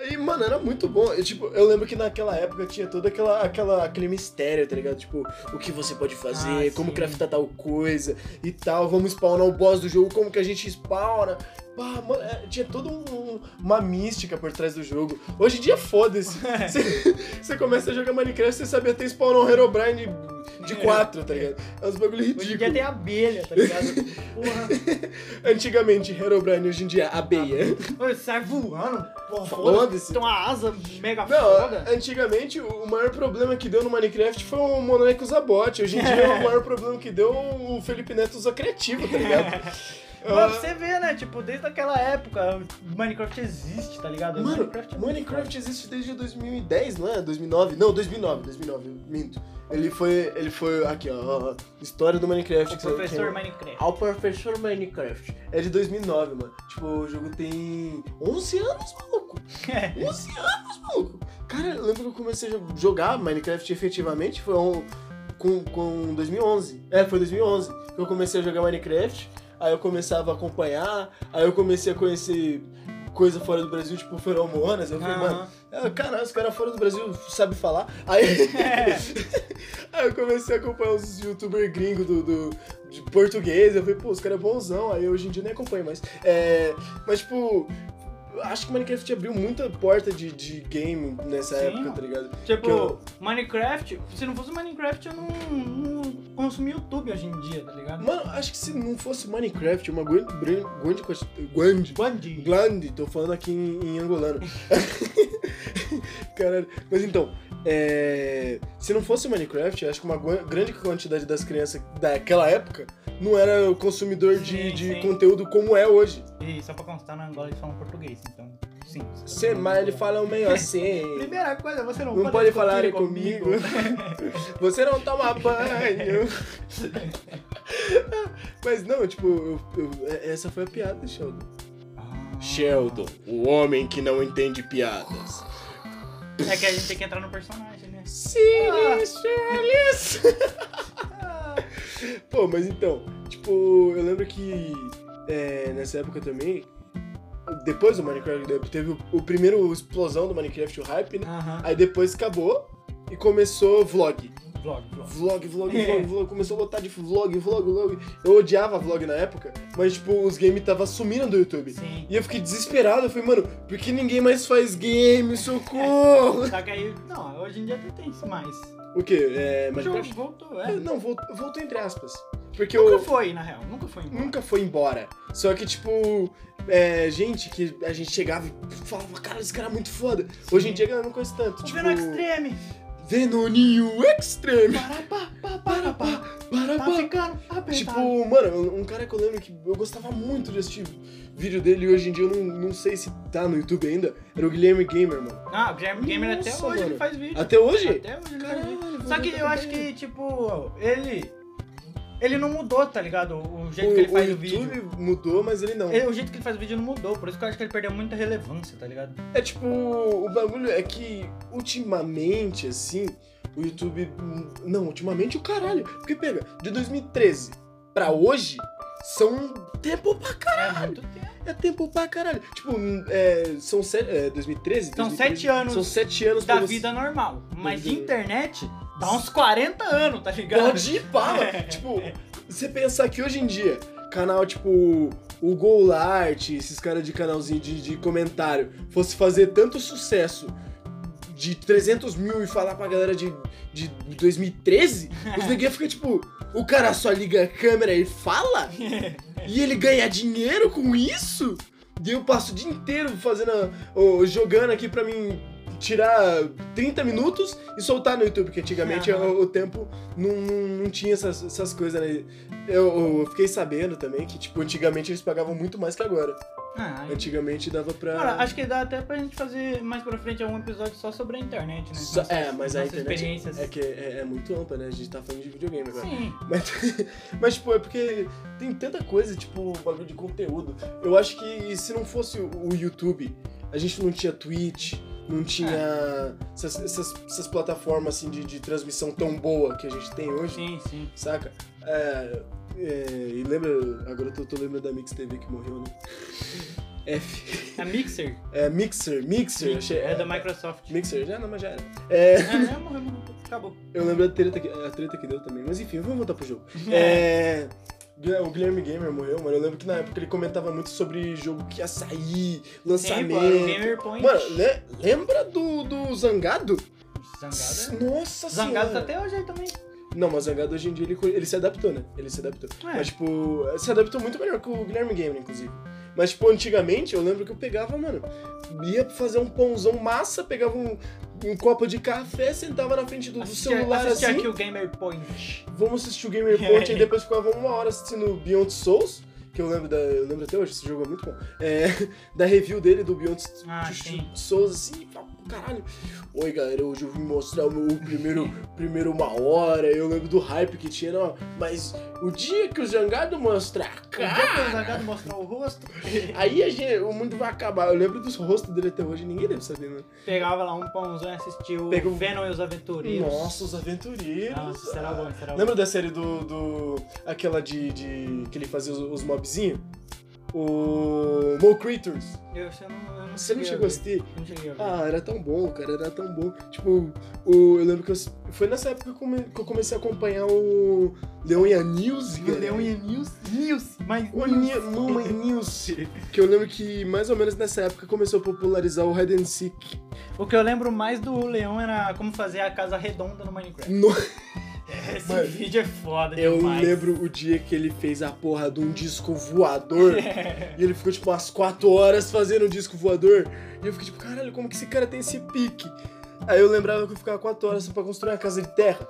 E, mano, era muito bom. Eu, tipo, eu lembro que naquela época tinha todo aquela, aquela, aquele mistério, tá ligado? Tipo, o que você pode fazer,
Ah,
como
sim.
craftar tal coisa e tal. Vamos spawnar o boss do jogo, como que a gente spawna. Pá, mano, é, tinha toda um- um- uma mística por trás do jogo. Hoje em dia, foda-se.
*laughs* É.
Você- Você começa a jogar Minecraft, você sabe até spawnar um Herobrine de 4, tá ligado? É uns bagulho
Hoje em dia tem
ridículo.
abelha, tá
*laughs*
ligado? Porra,
Antigamente, Herobrine, hoje em dia, abeia.
mano, sai voando. porra,
Foda-se.
Tem uma asa mega tá foda.
Não, antigamente o maior problema que deu no Minecraft foi o Monark usar bot. Hoje em dia
*laughs*
o maior problema que deu o Felipe Neto usa criativo,
*laughs*
tá ligado?
Pra
Ah,
você ver, né? Tipo, desde aquela época, o Minecraft existe, tá ligado? O
Mano,
é muito
Minecraft existe desde 2010, não é? 2009? Não, 2009, 2009, minto. Ele foi, ele foi, aqui ó, ó, história do
foda.
Minecraft.
O
que saiu-
professor
é que-
Minecraft.
Ao Professor Minecraft. É de 2009, mano. Tipo, o jogo tem 11 anos, maluco. 11 anos, maluco. Cara, eu lembro que eu comecei a jogar Minecraft efetivamente foi um, com, com 2011. É, foi 2011 que eu comecei a jogar Minecraft. Aí eu começava a acompanhar, aí eu comecei a conhecer coisa fora do Brasil, tipo feromonas. Eu falei,
Aham.
mano, ah, Caralho, os caras fora do Brasil sabem falar. Aí, *laughs* aí eu comecei a acompanhar os youtubers gringos do, do- de português. Eu falei, pô, os caras é bonzão. Aí hoje em dia nem acompanho mais. É, mas, tipo, eu acho que Minecraft abriu muita porta de, de game nessa
Sim.
época, tá ligado?
Tipo,
Que eu-
Minecraft, se não fosse Minecraft, eu não, não consumi YouTube hoje em dia, tá ligado?
Mano, acho que se não fosse Minecraft, uma grande. grande. grande.
Guandi.
Glande, tô falando aqui em, em angolano. *laughs* Caralho. Mas então, é, se não fosse o Minecraft, eu acho que uma gua- grande quantidade das crianças daquela época não era o consumidor de,
Sim,
de
sim.
conteúdo como é hoje.
E só pra constar, na Angola eles falam português, então, sim.
Cê, mas ele fala meio assim.
Primeira coisa, você não,
Não pode
discutir
falar comigo. *laughs* Você não toma banho. *laughs* mas não, tipo, eu- eu- é, essa foi a piada, Sheldon.
Ah.
Sheldon, o homem que não entende piadas.
É que a gente tem que entrar no personagem, né?
Sirius Charles!
Ah,
Pô, mas então, tipo, eu lembro que é, nessa época também, depois do Minecraft, né, teve o, o primeiro explosão do Minecraft, o hype, né?
Aham.
Aí depois acabou e começou vlog.
Vlog, vlog.
Vlog, vlog,
É.
vlog, vlog. Começou a lotar de vlog, vlog, vlog. Eu odiava vlog na época, mas tipo, os games tava sumindo do YouTube.
Sim.
E eu fiquei desesperado, eu falei, mano, por que ninguém mais faz game? Socorro!
É, Só que aí, não, hoje em dia até tem isso mais.
o que? É,
O jogo
Minecraft?
voltou,
É,
é.
não, voltou, voltou entre aspas. Porque
Nunca
eu
foi, na real, nunca foi. embora.
nunca foi embora. Só que, tipo, é, gente que a gente chegava e falava, cara, esse cara é muito foda. Hoje em dia eu não conheço tanto.
O
Tipo,
Venom Extreme,
Venoninho Extreme.
parapá,
Para,
parapá,
pá, para,
tá
pá.
ficando apertado.
Tipo, mano, um cara que eu lembro que eu gostava muito de assistir vídeo dele e hoje em dia eu não, não sei se tá no YouTube ainda. Era o Guilherme Gamer, mano.
Ah, o Guilherme Gamer até
Nossa,
hoje
mano.
ele faz vídeo.
Até hoje?
Até hoje ele faz vídeo.
Caralho,
Só que eu acho que, tipo, ele. Ele não mudou, tá ligado? O jeito
o,
que ele faz
o
o,
YouTube
vídeo.
mudou, mas ele não.
Ele- o jeito que ele faz o vídeo não mudou, por isso que eu acho que ele perdeu muita relevância, tá ligado?
É tipo, o bagulho é que ultimamente, assim, o YouTube. Não, ultimamente o caralho. Porque pega, de 2013 pra hoje, são tempo pra caralho.
É muito tempo.
É tempo pra caralho. Tipo, é, são sete. É, 2013?
São
2013,
sete anos
São sete anos
Da
pra você-
vida normal. Mas
vida-
internet dá uns 40 anos, tá ligado?
Pode ir, fala. tipo, você pensar que hoje em dia, canal tipo o Golart, esses caras de canalzinho de, de comentário, fosse fazer tanto sucesso de 300 mil e falar pra galera de, de 2013, os neguinhos ficam tipo, o cara só liga a câmera e fala? E ele ganha dinheiro com isso? E eu passo o dia inteiro fazendo, a- ô, jogando aqui pra mim tirar 30 minutos e soltar no YouTube, que antigamente
Aham.
o, o tempo não, não, não tinha essas, essas coisas, né? Eu, eu fiquei sabendo também que, tipo, antigamente eles pagavam muito mais que agora.
Ah,
Antigamente dava pra...
Cara, acho que dá até pra gente fazer mais pra frente algum episódio só sobre a internet, né?
Só- é, mas a
nossas
internet
experiências.
É que é, é muito ampla, né? A gente tá falando de videogame agora.
Sim.
Mas, mas, tipo, é porque tem tanta coisa, tipo, bagulho de conteúdo. Eu acho que se não fosse o o YouTube, a gente não tinha Twitch, não tinha
É.
essas, essas- essas plataformas, assim, de, de transmissão tão boa que a gente tem hoje,
Sim, sim.
saca? É, é, e lembra, agora eu tô, tô lembrando da Mix TV que morreu, né? F.
A Mixer.
É, Mixer, Mixer. achei-
é da Microsoft.
Mixer, já? Não, mas já era. É,
É, né? Morreu, morreu. Acabou. *laughs*
eu lembro da treta que, a treta que deu também, mas enfim, vamos voltar pro jogo. É. É, o Guilherme Gamer morreu, mano. Eu lembro que na época ele comentava muito sobre jogo que ia sair, lançamento.
Sim, mano, o Gamer é Point.
Mano, le- lembra do, do Zangado?
Zangado é...
Nossa
Zangado tá
senhora.
até hoje aí também.
Não, mas o Zangado hoje em dia ele, co- ele se adaptou, né? Ele se adaptou.
É.
Mas, tipo, se adaptou muito melhor que o Guilherme Gamer, inclusive. Mas, tipo, antigamente eu lembro que eu pegava, mano, ia fazer um pãozão massa, pegava um, um copo de café, sentava na frente do, do
Assistia-
celular assim.
assistia aqui o Gamer Point.
Vamos assistir o Gamer
*laughs* É.
Point, aí depois ficava uma hora assistindo o Beyond Souls, que eu lembro da. Eu lembro até hoje, esse jogo é muito bom. É, *laughs* da review dele do Beyond
Ah,
Just-
sim.
Souls, assim, pá, caralho. Oi galera, hoje eu vim mostrar o
*laughs*
meu primeiro, primeiro uma hora, eu lembro do hype que tinha, não, mas o dia que o Zangado mostrar
O
a
Um dia que o
cara,
Zangado mostrou o
*laughs*
rosto,
aí a gente- o mundo vai acabar. Eu lembro dos rostos dele até hoje, ninguém deve saber, né?
pegava lá um pãozão e assistia o
Pegou- um-
Venom e os Aventureiros.
Nossa, os aventureiros.
Nossa, será bom, será Tá bom.
Lembra da série do. do aquela de, de- que ele fazia os, os mobzinhos? O. Mo Creatures.
Eu, eu não, eu não
Você não
cheguei
chegou a
ver.
assistir?
Eu Não cheguei a ver.
Ah, era tão bom, cara, era tão bom. Tipo, o, eu lembro que eu, foi nessa época que eu, come- que eu comecei a acompanhar o Leon e a Nilce.
E o Leão e a Nilce. Nilce, mas
O
Nilce.
Ni- Mamãe Nilce. Que eu lembro que mais ou menos nessa época começou a popularizar o Hide and Seek.
O que eu lembro mais do Leão era como fazer a casa redonda no Minecraft.
No-
Esse
Mano,
vídeo é foda
Eu
demais. *laughs*
lembro o dia que ele fez a porra de um disco
*laughs*
voador. e ele ficou, tipo, umas 4 horas fazendo um disco voador. E eu fiquei, tipo, caralho, como que esse cara tem esse pique? Aí eu lembrava que eu ficava 4 horas só pra construir uma casa de terra.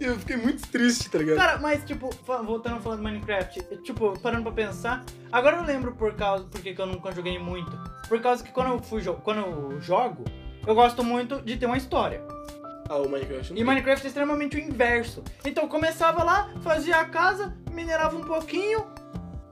e eu fiquei muito triste, tá ligado?
Cara, mas tipo, fa- voltando a falar do Minecraft, tipo, parando pra pensar, agora eu lembro por causa porque que eu nunca joguei muito. Por causa que quando eu fui jo- quando eu jogo, eu gosto muito de ter uma história.
Ah, o Minecraft. não
E Minecraft é extremamente o inverso. Então eu começava lá, fazia a casa, minerava um pouquinho,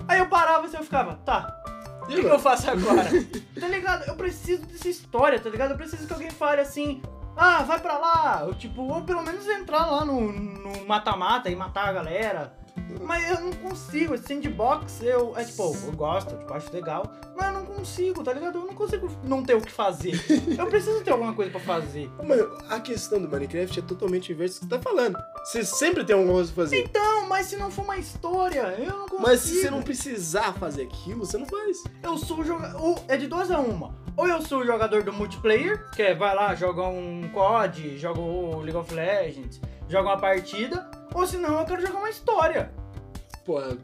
aí eu parava assim, eu ficava, tá, o
tem.
que, que eu faço agora? *laughs* tá ligado? Eu preciso dessa história, tá ligado? Eu preciso que alguém fale assim, ah, vai pra lá, ou tipo, ou pelo menos entrar lá no no mata-mata e matar a galera. Mas eu não consigo, esse sandbox eu. É tipo, eu gosto, tipo, acho legal, mas eu não consigo, tá ligado? Eu não consigo não ter o que fazer. Eu preciso ter alguma coisa pra fazer. *laughs*
Mano, a questão do Minecraft é totalmente inverso do que você tá falando. Você sempre tem alguma coisa pra fazer.
Então, mas se não for uma história, eu não consigo.
Mas se você não precisar fazer aquilo, você não faz.
Eu sou o jogador. É de duas a uma. Ou eu sou o jogador do multiplayer, que é vai lá, joga um COD, joga o League of Legends, joga uma partida. Ou senão eu quero jogar uma história.
Porra,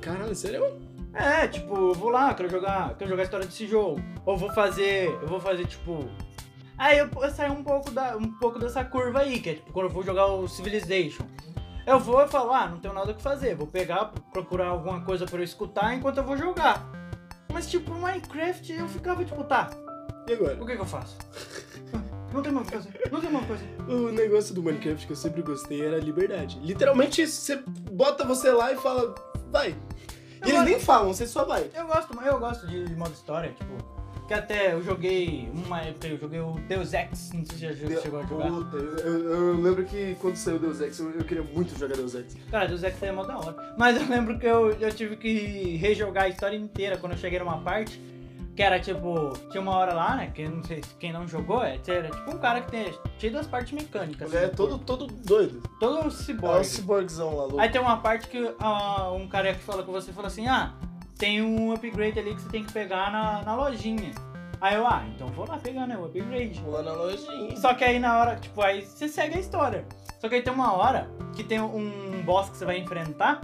caralho, sério?
É, tipo, eu vou lá, quero jogar, quero jogar a história desse jogo. Ou vou fazer, eu vou fazer tipo. Aí eu, eu saio um pouco, da, um pouco dessa curva aí, que é tipo quando eu vou jogar o Civilization. Eu vou e falo, ah, não tenho nada o que fazer, vou pegar, procurar alguma coisa pra eu escutar enquanto eu vou jogar. Mas tipo, Minecraft eu ficava tipo, tá,
E agora?
o que, que eu faço? *laughs* Não tem mais o que fazer, não tem mais o que fazer.
O negócio do Minecraft que eu sempre gostei era a liberdade. Literalmente, isso, você bota você lá e fala, vai. E eles
Agora-
nem falam, você só vai.
Eu gosto, mas eu gosto de modo história, tipo. Que até eu joguei uma época, eu joguei o Deus Ex, não sei se você já chegou a jogar.
Puta, eu, eu- eu lembro que quando saiu Deus Ex, eu, eu queria muito jogar Deus Ex.
Cara, Deus Ex é mó da hora. Mas eu lembro que eu, eu tive que rejogar a história inteira quando eu cheguei numa parte. Que era tipo, tinha uma hora lá, né? Que eu não sei se quem não jogou, é, era tipo um cara que tem, tinha duas partes mecânicas.
Ele é
assim,
todo, todo doido.
todo um
É um
ciborgue.
cyborgzão lá, louco.
Aí tem uma parte que ah, um cara que fala com você fala assim, ah, tem um upgrade ali que você tem que pegar na, na lojinha. Aí eu, ah, então vou lá pegar, né, o upgrade.
Lá na lojinha.
Só que aí na hora, tipo, aí você segue a história. Só que aí tem uma hora que tem um boss que você vai enfrentar,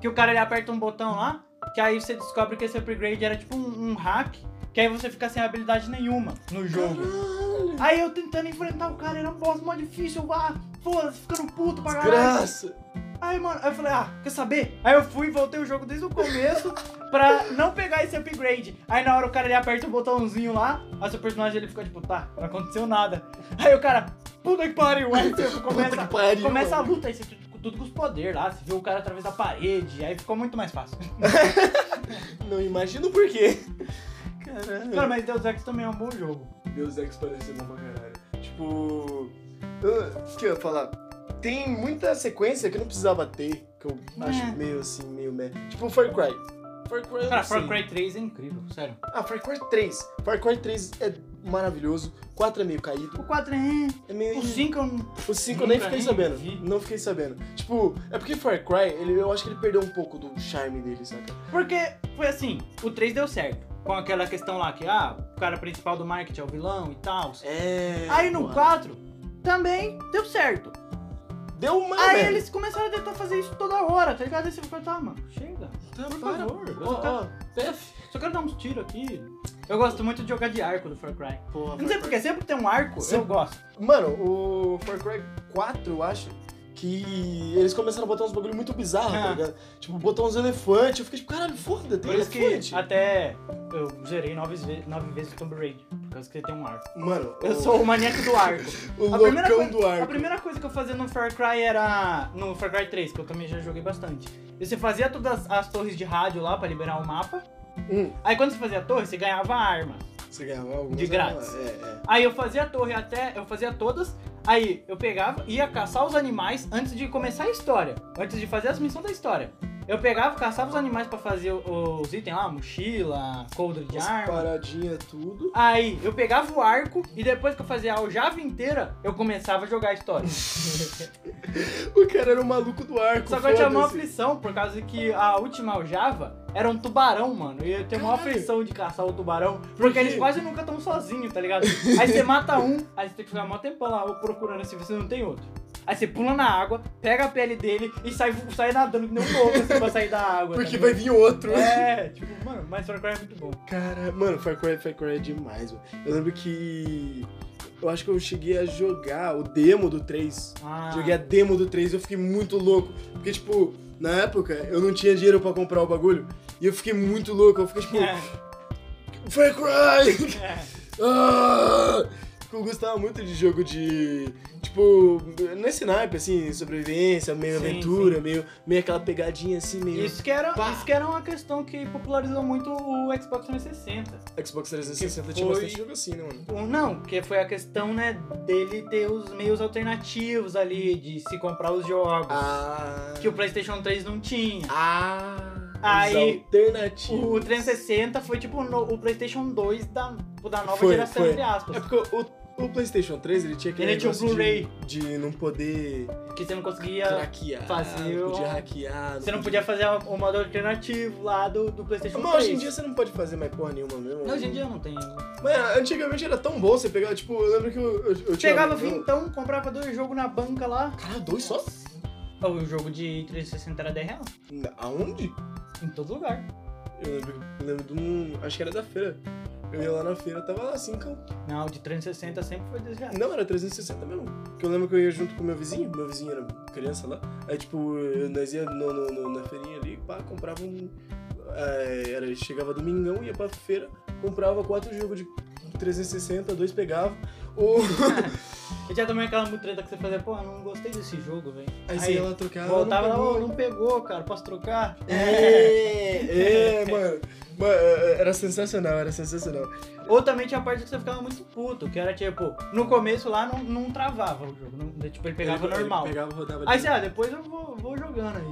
que o cara ele aperta um botão lá, que aí você descobre que esse upgrade era tipo um, um hack, que aí você fica sem habilidade nenhuma no jogo.
Caralho.
Aí eu tentando enfrentar o cara, era um boss mó difícil, eu, ah, foda-se, ficando puto pra caralho.
Desgraça.
Aí, mano, aí eu falei, ah, quer saber? Aí eu fui e voltei o jogo desde o começo *laughs* pra não pegar esse upgrade. Aí na hora o cara ele aperta o botãozinho lá, aí seu personagem ele fica tipo, tá, não aconteceu nada. Aí o cara, puta que pariu, aí
*laughs*
você
Puta
começa,
que pariu,
começa a
mano.
luta, aí você tudo, tudo com os poderes lá, você vê o cara através da parede, aí ficou muito mais
*laughs*
fácil.
Não imagino por quê. *laughs* Caralho.
Cara, mas Deus Ex também é um bom jogo.
Deus Ex parece bom pra caralho. Tipo. ah, O que eu ia falar? Tem muita sequência que não precisava ter, que eu
É.
acho meio assim, meio meh. Tipo Far Cry. Far Cry. eu
Cara,
não sei.
Far Cry 3 é incrível, sério.
Ah, Far Cry 3. Far Cry 3 é maravilhoso. 4 é meio caído.
O 4 é. um,
É meio.
O 5 eu não.
O 5 eu nem
Nunca
fiquei
nem
sabendo.
vi.
Não fiquei sabendo. Tipo, é porque Far Cry, ele, eu acho que ele perdeu um pouco do charme dele, saca?
Porque foi assim: o 3 deu certo. Com aquela questão lá que, ah, o cara principal do marketing é o vilão e tal.
É.
Aí no
porra.
4 também deu certo.
Deu uma.
Aí
merda.
eles começaram a tentar fazer isso toda hora, tá ligado? Aí você ficou, tá, mano, chega.
Tá,
Por
para.
favor.
Ó, ó. Tef.
Só quero dar uns tiros aqui. Eu gosto muito de jogar de arco do Far Cry.
Porra,
Eu não sei
Far Cry.
porque, sempre que tem um arco, eu
Sempre.
gosto.
Mano, o Far Cry 4, eu acho, que eles começaram a botar uns bagulho muito bizarro,
*laughs*
tá
Ah.
ligado? Tipo, botar uns elefantes. Eu fiquei tipo, caralho, foda, tem
Por isso que
elefante.
até eu zerei nove, ve- nove vezes Tomb Raider, por causa que tem um arco.
Mano,
Eu
o-
sou um o maníaco do arco.
*laughs* o
a primeira
loucão
coi-
do arco.
A primeira coisa que eu fazia no Far Cry era. No Far Cry 3, que eu também já joguei bastante. E Você fazia todas as, as torres de rádio lá pra liberar o mapa.
Hum,
Aí quando você fazia a torre, você ganhava a arma.
você ganhava algumas
De grátis.
armas. É, é.
Aí eu fazia a torre até. Eu fazia todas. Aí eu pegava, ia caçar os animais antes de começar a história. Antes de fazer as missões da história. Eu pegava, caçava os animais pra fazer o- os itens lá, mochila, coldre de
Umas
arma.
paradinhas, tudo.
Aí eu pegava o arco e depois que eu fazia a aljava inteira, eu começava a jogar a história.
O cara era o maluco do arco.
Só que eu tinha uma
foda-se.
aflição, por causa que a última aljava era um tubarão, mano. E eu tenho uma
Caralho.
aflição de caçar o tubarão, porque
quê?
eles quase nunca estão sozinhos, tá ligado? Aí você mata um, aí você tem que ficar mó tempão lá procurando se você não tem outro. Aí você pula na água, pega a pele dele e sai, sai nadando que nem um louco assim pra sair da água. tá
Porque vai
ligado?
vir outro.
É, tipo, mano, mas Far Cry é muito bom.
Cara, mano, Far Cry, Far Cry é demais, mano. Eu lembro que. Eu acho que eu cheguei a jogar o demo do 3.
Ah,
Joguei a demo do 3 e eu fiquei muito louco. Porque, tipo, na época eu não tinha dinheiro pra comprar o bagulho. E eu fiquei muito louco. Eu fiquei tipo,
*laughs* é,
Far Cry!
*laughs* é.
Ah! Eu gostava muito de jogo de. Tipo, nesse naipe, assim, sobrevivência, meio
Sim,
aventura, meio, meio aquela pegadinha assim, meio
Isso que, era,
Pá.
isso que era uma questão que popularizou muito o Xbox 360.
Xbox 360
Que
tinha
foi-
bastante jogo assim, né, mano?
O- Não, porque foi a questão, né, dele ter os meios alternativos ali, de se comprar os jogos,
Ah.
que o PlayStation 3 não tinha.
Ah.
Aí,
Alternativo.
O 360 foi tipo no- o PlayStation 2 da, da nova
Foi,
geração,
foi.
entre
É
aspas.
porque o, o PlayStation 3 ele tinha aquele
Ele tinha o
negócio de-
Blu-ray.
de não poder
Que você não conseguia.
hackear,
fazer
não podia
um-
hackear.
Você não podia fazer o o modo alternativo lá do, do PlayStation 3.
Mas hoje em dia você não pode fazer mais porra nenhuma mesmo.
Não, hoje em dia não tem.
Mas antigamente era tão bom você pegar, tipo, eu lembro que eu, eu, eu tinha.
Chegava
eu-
vintão, comprava dois jogos na banca lá.
Cara, dois só?
O jogo de 360 era 10 reais.
Aonde?
Em todo lugar.
Eu lembro, eu lembro de um. Acho que era da feira. Eu ia lá na feira, tava lá assim, cão.
Não, o de 360 sempre foi 10 reais.
Não, era 360 mesmo. Porque eu lembro que eu ia junto com meu vizinho, meu vizinho era criança lá. Aí, tipo, eu- nós ia no, no- no- na feirinha ali, pá, comprava um. é, era, chegava domingão, ia pra feira, comprava quatro jogos de 360, dois pegava. um, Ou.
Eu tinha também aquela mutreta que você fazia, pô, não gostei desse jogo, velho.
Aí, um você
Aí,
ia lá trocar.
Voltava lá,
não
ô,
pegou.
não pegou, cara, posso trocar? *laughs*
É, é, mano. Mano, é, Era sensacional, era sensacional.
Ou também tinha a parte que você ficava muito puto, que era tipo, no começo lá não, não travava o jogo, não- tipo, ele pegava
Ele- ele
normal.
pegava, rodava
Aí você, ah, depois eu vou, vou jogando aí.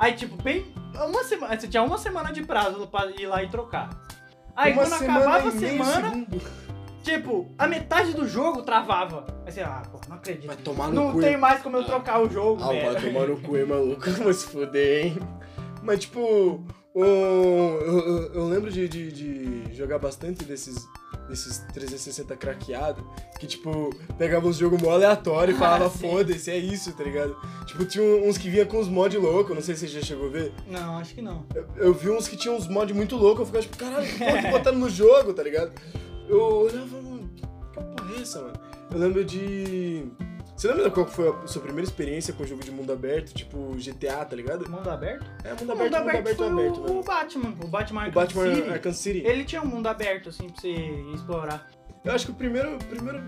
Aí tipo, bem, uma semana, você tinha uma semana de prazo pra ir lá e trocar. Aí
Uma
quando
semana
acabava a
e meio
semana,
segundo.
tipo, a metade do jogo travava. Aí você, ah, pô, não acredito.
Vai tomar no
não
cu.
tem mais como eu trocar o jogo,
Ah,
velho.
vai tomar no cu, hein, maluco. *laughs* Vai se fuder, hein? Mas, tipo, o- eu, eu- eu lembro de, de- de jogar bastante desses, desses 360 craqueado, que, tipo, pegava uns jogos mó aleatório e falava,
Ah, sim.
foda-se, é isso, tá ligado? Tipo, tinha uns que vinha com uns mod louco, não sei se você já chegou a ver.
Não, acho que não.
Eu- Eu vi uns que tinham uns mods muito loucos, eu ficava tipo, caralho, que porra que botaram no jogo, tá ligado? Eu olhava, mano, que porra é essa, mano? Eu lembro de. Você lembra qual que foi a sua primeira experiência com jogo de mundo aberto, tipo GTA, tá ligado?
Mundo aberto?
É, mundo
O
aberto,
mundo
mundo
aberto
aberto,
foi
aberto,
o, o
mano.
Batman. O Batman
O
Arkham
Batman
City.
Arkham City.
Ele tinha um mundo aberto, assim, pra você explorar.
Eu acho que o primeiro. O primeiro,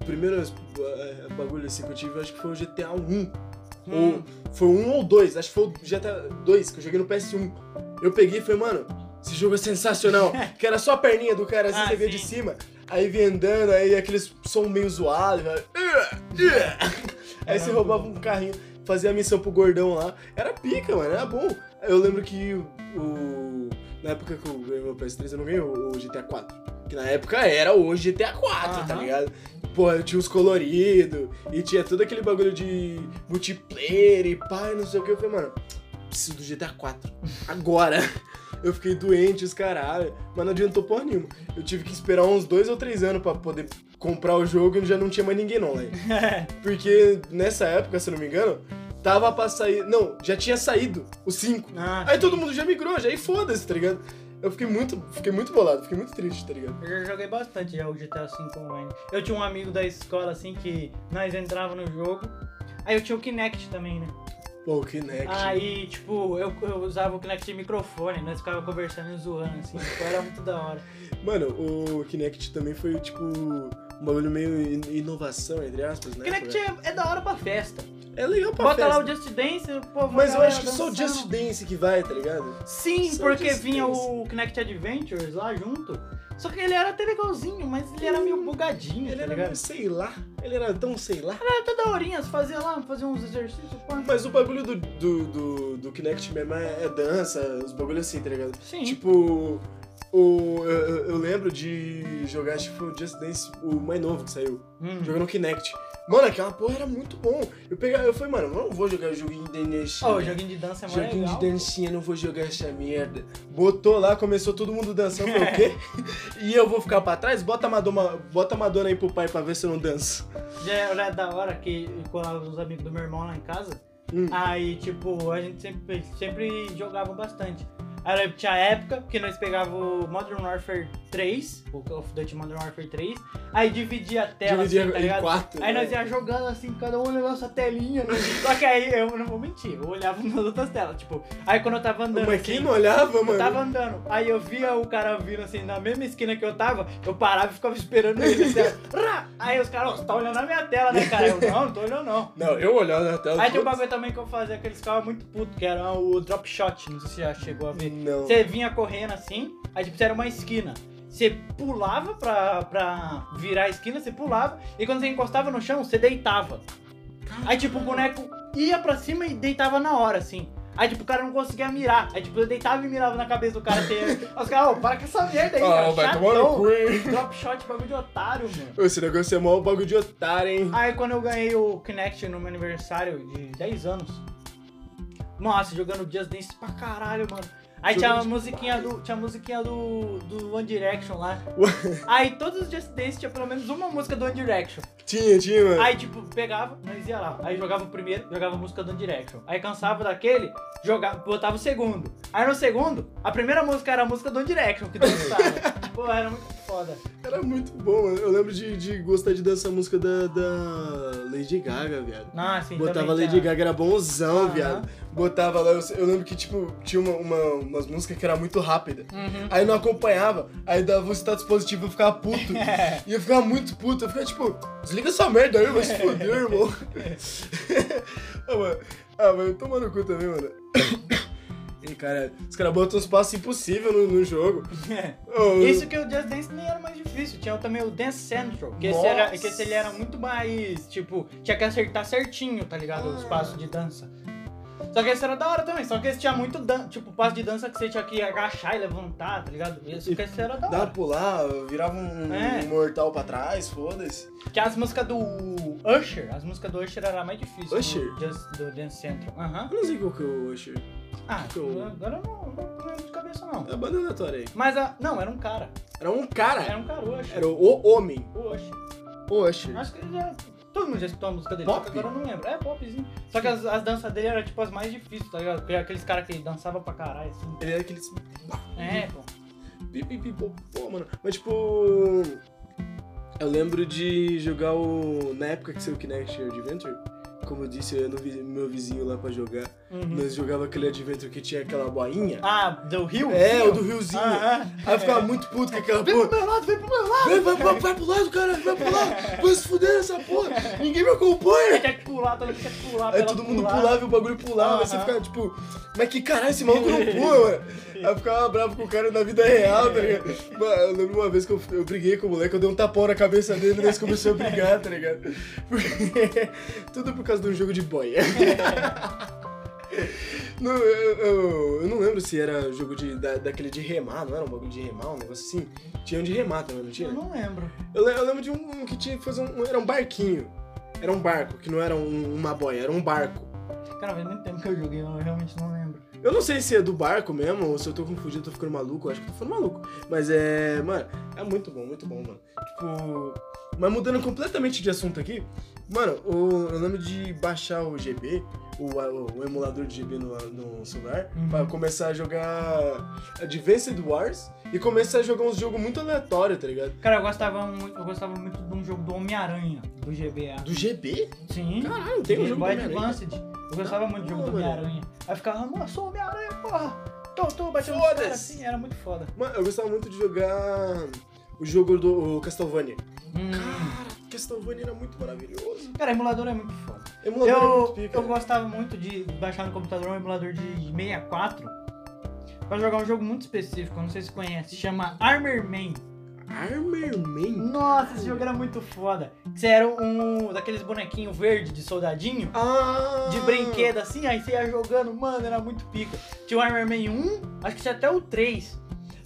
o primeiro eh, bagulho assim que eu tive, eu acho que foi o GTA 1.
Hum.
Ou, foi um ou dois, acho que foi o GTA 2 que eu joguei no PS1. Eu peguei e falei, mano, esse jogo
*laughs*
é sensacional. que era só a perninha do cara, assim,
Ah,
você via
sim.
de cima. Aí vinha andando, aí aqueles som meio zoado.
*laughs*
vai, "Ugh, ugh". Aí
Era
você
muito
roubava
bom.
um carrinho, fazia a missão pro gordão lá. Era pica, mano, era bom. Eu lembro que o. o- na época que eu ganhei meu PS3, eu não ganhei o o GTA 4. Que na época era hoje GTA 4, tá
Aham.
ligado? Pô, tinha os coloridos e tinha todo aquele bagulho de multiplayer e pá, e não sei o que. Eu falei, mano, preciso do GTA 4. Agora! *laughs* Eu fiquei doente, os caralho, mas não adiantou porra nenhuma. Eu tive que esperar uns dois ou três anos pra poder comprar o jogo e já não tinha mais ninguém não, velho. Porque nessa época, se eu não me engano, tava pra sair. Não, já tinha saído o 5.
Ah,
Aí todo mundo já migrou, já aí foda-se, tá ligado? Eu fiquei muito, fiquei muito bolado, fiquei muito triste, tá ligado?
Eu já joguei bastante já o GTA V online. Eu tinha um amigo da escola, assim, que nós entrava no jogo. Aí eu tinha o Kinect também, né?
Pô, o Kinect.
Aí, tipo, eu, eu usava o Kinect de microfone, nós ficava conversando e zoando, assim. Tipo, era muito da
*laughs*
hora.
Mano, o Kinect também foi, tipo, um bagulho meio in- inovação, entre aspas, né?
Kinect é, é da hora pra festa.
É legal pra
Bota
festa.
lá o Just Dance, o povo.
Mas eu
galera
acho que só o
dançando.
Just Dance que vai, tá ligado?
Sim,
só o
porque
Just
vinha
Dance.
o Kinect Adventures lá junto. Só que ele era até legalzinho, mas ele era meio bugadinho,
Hum, Ele
tá
era
ligado?
meio, sei lá. Ele era tão sei lá.
Era até daorinha, você fazia lá, fazia uns exercícios, pá.
Mas o bagulho do, do, do, do Kinect mesmo é é dança, os bagulhos assim, tá ligado?
Sim.
Tipo, o, eu, eu- eu lembro de jogar, tipo, o Just Dance, o mais novo que saiu,
Hum.
jogando Kinect. Mano, aquela porra era muito bom. Eu, pegava, eu falei, mano, eu não vou jogar joguinho de dancinha.
Ó, o joguinho de dança é mó
tipo, Joguinho
legal.
de dancinha, não vou jogar essa merda. Botou lá, começou todo mundo dançando, eu
*laughs*
falei, o quê? e eu vou ficar pra trás? Bota a Madonna, bota a Madonna aí pro pai pra ver se eu não danço.
Já era da hora que colava os amigos do meu irmão lá em casa.
Hum.
Aí, tipo, a gente sempre, sempre jogava bastante. Aí tinha época que nós pegava o Modern Warfare 3, o Call of Duty Modern Warfare 3, aí dividia a tela,
Dividia
assim, tá
em
ligado?
quatro,
aí
né?
nós ia jogando assim, cada um olhando a sua telinha. né? Só que aí, eu não vou mentir, eu olhava *laughs* nas outras telas, tipo, aí quando eu tava andando
Mas
assim,
quem não olhava,
eu
mano?
tava andando, aí eu via o cara vindo assim, na mesma esquina que eu tava, eu parava e ficava esperando ele. assim, ó, rá! aí os caras, ó, você tá olhando na minha tela, né, cara? Eu, não, não tô olhando
*laughs*
não.
Não, eu olhava na tela.
Aí tinha um
foda-se.
bagulho também que eu fazia, que eles ficavam muito puto, que era o drop shot, não sei se você já chegou a ver.
Não.
Você vinha correndo assim, aí tipo, você era uma esquina. Você pulava pra, pra virar a esquina, você pulava, e quando você encostava no chão, você deitava. Aí tipo, o boneco ia pra cima e deitava na hora, assim. Aí tipo, o cara não conseguia mirar. Aí tipo, eu deitava e mirava na cabeça do cara. Assim, aí os caras, ô, para com essa merda aí, cara.
Ah, vai tomar
é
no
Chatão.
cu, hein?
Drop shot, bagulho de otário, mano.
Ô, Esse negócio é mó bagulho de otário, hein?
Aí quando eu ganhei o Kinect no meu aniversário de 10 anos. Nossa, jogando Just Dance pra caralho, mano. Aí tinha a
Jogando
musiquinha
demais.
do. Tinha a musiquinha do. do One Direction lá.
*laughs*
Aí todos os Just Dance tinha pelo menos uma música do One Direction.
Tinha, tinha, mano.
Aí, tipo, pegava, nós ia lá. Aí jogava o primeiro, jogava a música do One Direction. Aí cansava daquele, jogava, botava o segundo. Aí no segundo, a primeira música era a música do One Direction
*laughs*
que dançava. Pô, era muito foda.
Era muito bom, mano. Eu lembro de, de gostar de dançar a música da, da Lady Gaga, viado.
Nossa, então.
Botava Lady Gaga, era bonzão,
Aham.
viado. Botava lá, eu, eu lembro que, tipo, tinha uma, uma- umas músicas que era muito rápida.
Uhum.
Aí não acompanhava, aí dava o status positivo eu ficava
*laughs*
puto.
É.
e eu ficava muito puto. Eu ficava tipo, desliga essa merda aí, vai se
*laughs*
foder, irmão. ah, mano, ah, mas eu tomo no cu também, mano. *coughs* Ih, cara, os caras botam uns passos impossíveis no, no jogo.
*laughs*
Ô,
Isso que o Just Dance nem era mais difícil. Tinha também o Dance Central, que esse,
Nossa.
era, que esse ele era muito mais, tipo, tinha que acertar certinho, tá ligado? Os
Ah.
passos de dança. Só que esse era da hora também, só que esse tinha muito, dan tipo, passo de dança que você tinha que agachar e levantar, tá ligado? Isso que esse era da
Dava
hora.
pra pular, eu virava um,
É.
um mortal pra trás, foda-se.
Tinha as músicas do Usher, as músicas do Usher era mais difícil.
Usher?
Do, Just- do Dance Central. Aham.
Eu não sei qual que é o Usher.
Ah,
Show.
agora eu não, não lembro de cabeça não.
É a banda aleatória aí.
Mas, a, não, era um cara.
Era um cara.
Era um cara, o Usher.
Era o homem.
o Usher.
O Usher.
Acho que ele já. Todo mundo já escutou a música dele, só
Pop?
que agora eu não lembro. É popzinho. Só que as, as danças dele eram tipo as mais difíceis, tá ligado? Porque era aqueles caras que dançavam pra caralho, assim.
Ele era aquele... Uhum.
É, pô.
Pi, pi, pi, pô, pô, mano. Mas, tipo... Eu lembro de jogar o... Na época que saiu o Kinect Adventure. Como eu disse, eu era no vi- meu vizinho lá pra jogar. Nós jogava aquele Adventure que tinha aquela boinha.
Uhum. Ah, do Rio?
é, o do riozinho.
Ah,
Aí eu ficava muito puto com aquela
Vem pro
porra.
meu lado, vem pro meu lado!
Vai, vai, vai, vai pro lado, cara, vai pro lado. Vai se fuder essa porra. Ninguém me acompanha.
Tinha que pular, todo mundo tinha que pular. pra
Aí
ela
todo mundo
pular.
pulava e o bagulho pulava. Aí você
Aham.
ficava tipo, mas que caralho, esse maluco não pula, mano. Aí eu ficava bravo com o cara na vida real, tá ligado? Mano, eu lembro uma vez que eu, eu briguei com o moleque, eu dei um tapão na cabeça dele e nós começamos a brigar, *laughs* tá ligado? Porque- Tudo por causa de um jogo de boia. *laughs* Não, eu, eu- eu não lembro se era jogo de, da- daquele de remar, não era um bagulho de remar, um negócio assim? Tinha um de remar também, não tinha?
Eu não lembro.
Eu, le- eu lembro de um, um que tinha que fazer um. Era um barquinho. Era um barco, que não era um- uma boia, era um barco.
Cara, faz muito tempo que eu joguei, eu realmente não lembro.
Eu não sei se é do barco mesmo, ou se eu tô confundindo, tô ficando maluco, eu acho que eu tô ficando maluco. Mas é. Mano, é muito bom, muito bom, mano. Tipo. Mas mudando completamente de assunto aqui, mano, o- eu lembro de baixar o GB, o, a- o emulador de GB no, no celular,
Uhum.
pra começar a jogar Advanced Wars e começar a jogar uns jogos muito aleatórios, tá ligado?
Cara, eu gostava, mu- eu gostava muito de um jogo do Homem-Aranha, do GBA.
Do GB?
Sim.
Caralho, tem um
Game
jogo
Boy
do Homem-Aranha.
Advanced. Eu gostava muito do jogo do
Porra, mano.
Homem-Aranha. Aí eu ficava, nossa, sou Homem-Aranha, porra! Tô, tô batendo os
Foda-se.
caras assim, era muito foda.
Mano, eu gostava muito de jogar o jogo do o Castlevania.
Hum.
Cara, Castlevania era muito maravilhoso.
Cara, emulador é muito foda.
Emulador era muito
Eu,
pica.
eu gostava muito de baixar no computador um emulador de 64 pra jogar um jogo muito específico, eu não sei se conhece, chama Armor Man.
Armor Man?
Nossa, esse jogo era muito foda. Você era um daqueles bonequinhos verde de soldadinho,
Ah!
de brinquedo assim, aí você ia jogando, mano, era muito pica. Tinha o Armor Man 1, acho que tinha até o 3.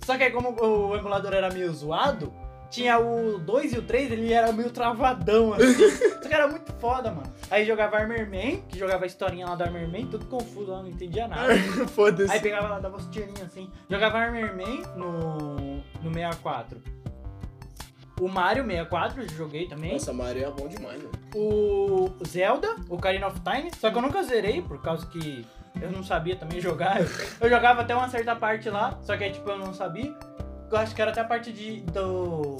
Só que aí como o emulador era meio zoado, tinha o 2 e o 3, ele era meio travadão assim. Só que era muito foda, mano. Aí jogava Armor Man, que jogava a historinha lá do Armor Man, tudo confuso lá, não entendia nada. Aí
Ah, *laughs* Foda-se.
pegava lá, dava os tirinhos assim. Jogava Armor Man no, no 64. O Mario 64 eu joguei também.
Nossa, Mario é bom demais, mano.
O Zelda, o Ocarina of Time. Só que eu nunca zerei, por causa que eu não sabia também jogar. Eu jogava até uma certa parte lá, só que aí, tipo, eu não sabia. Eu acho que era até a parte de, do...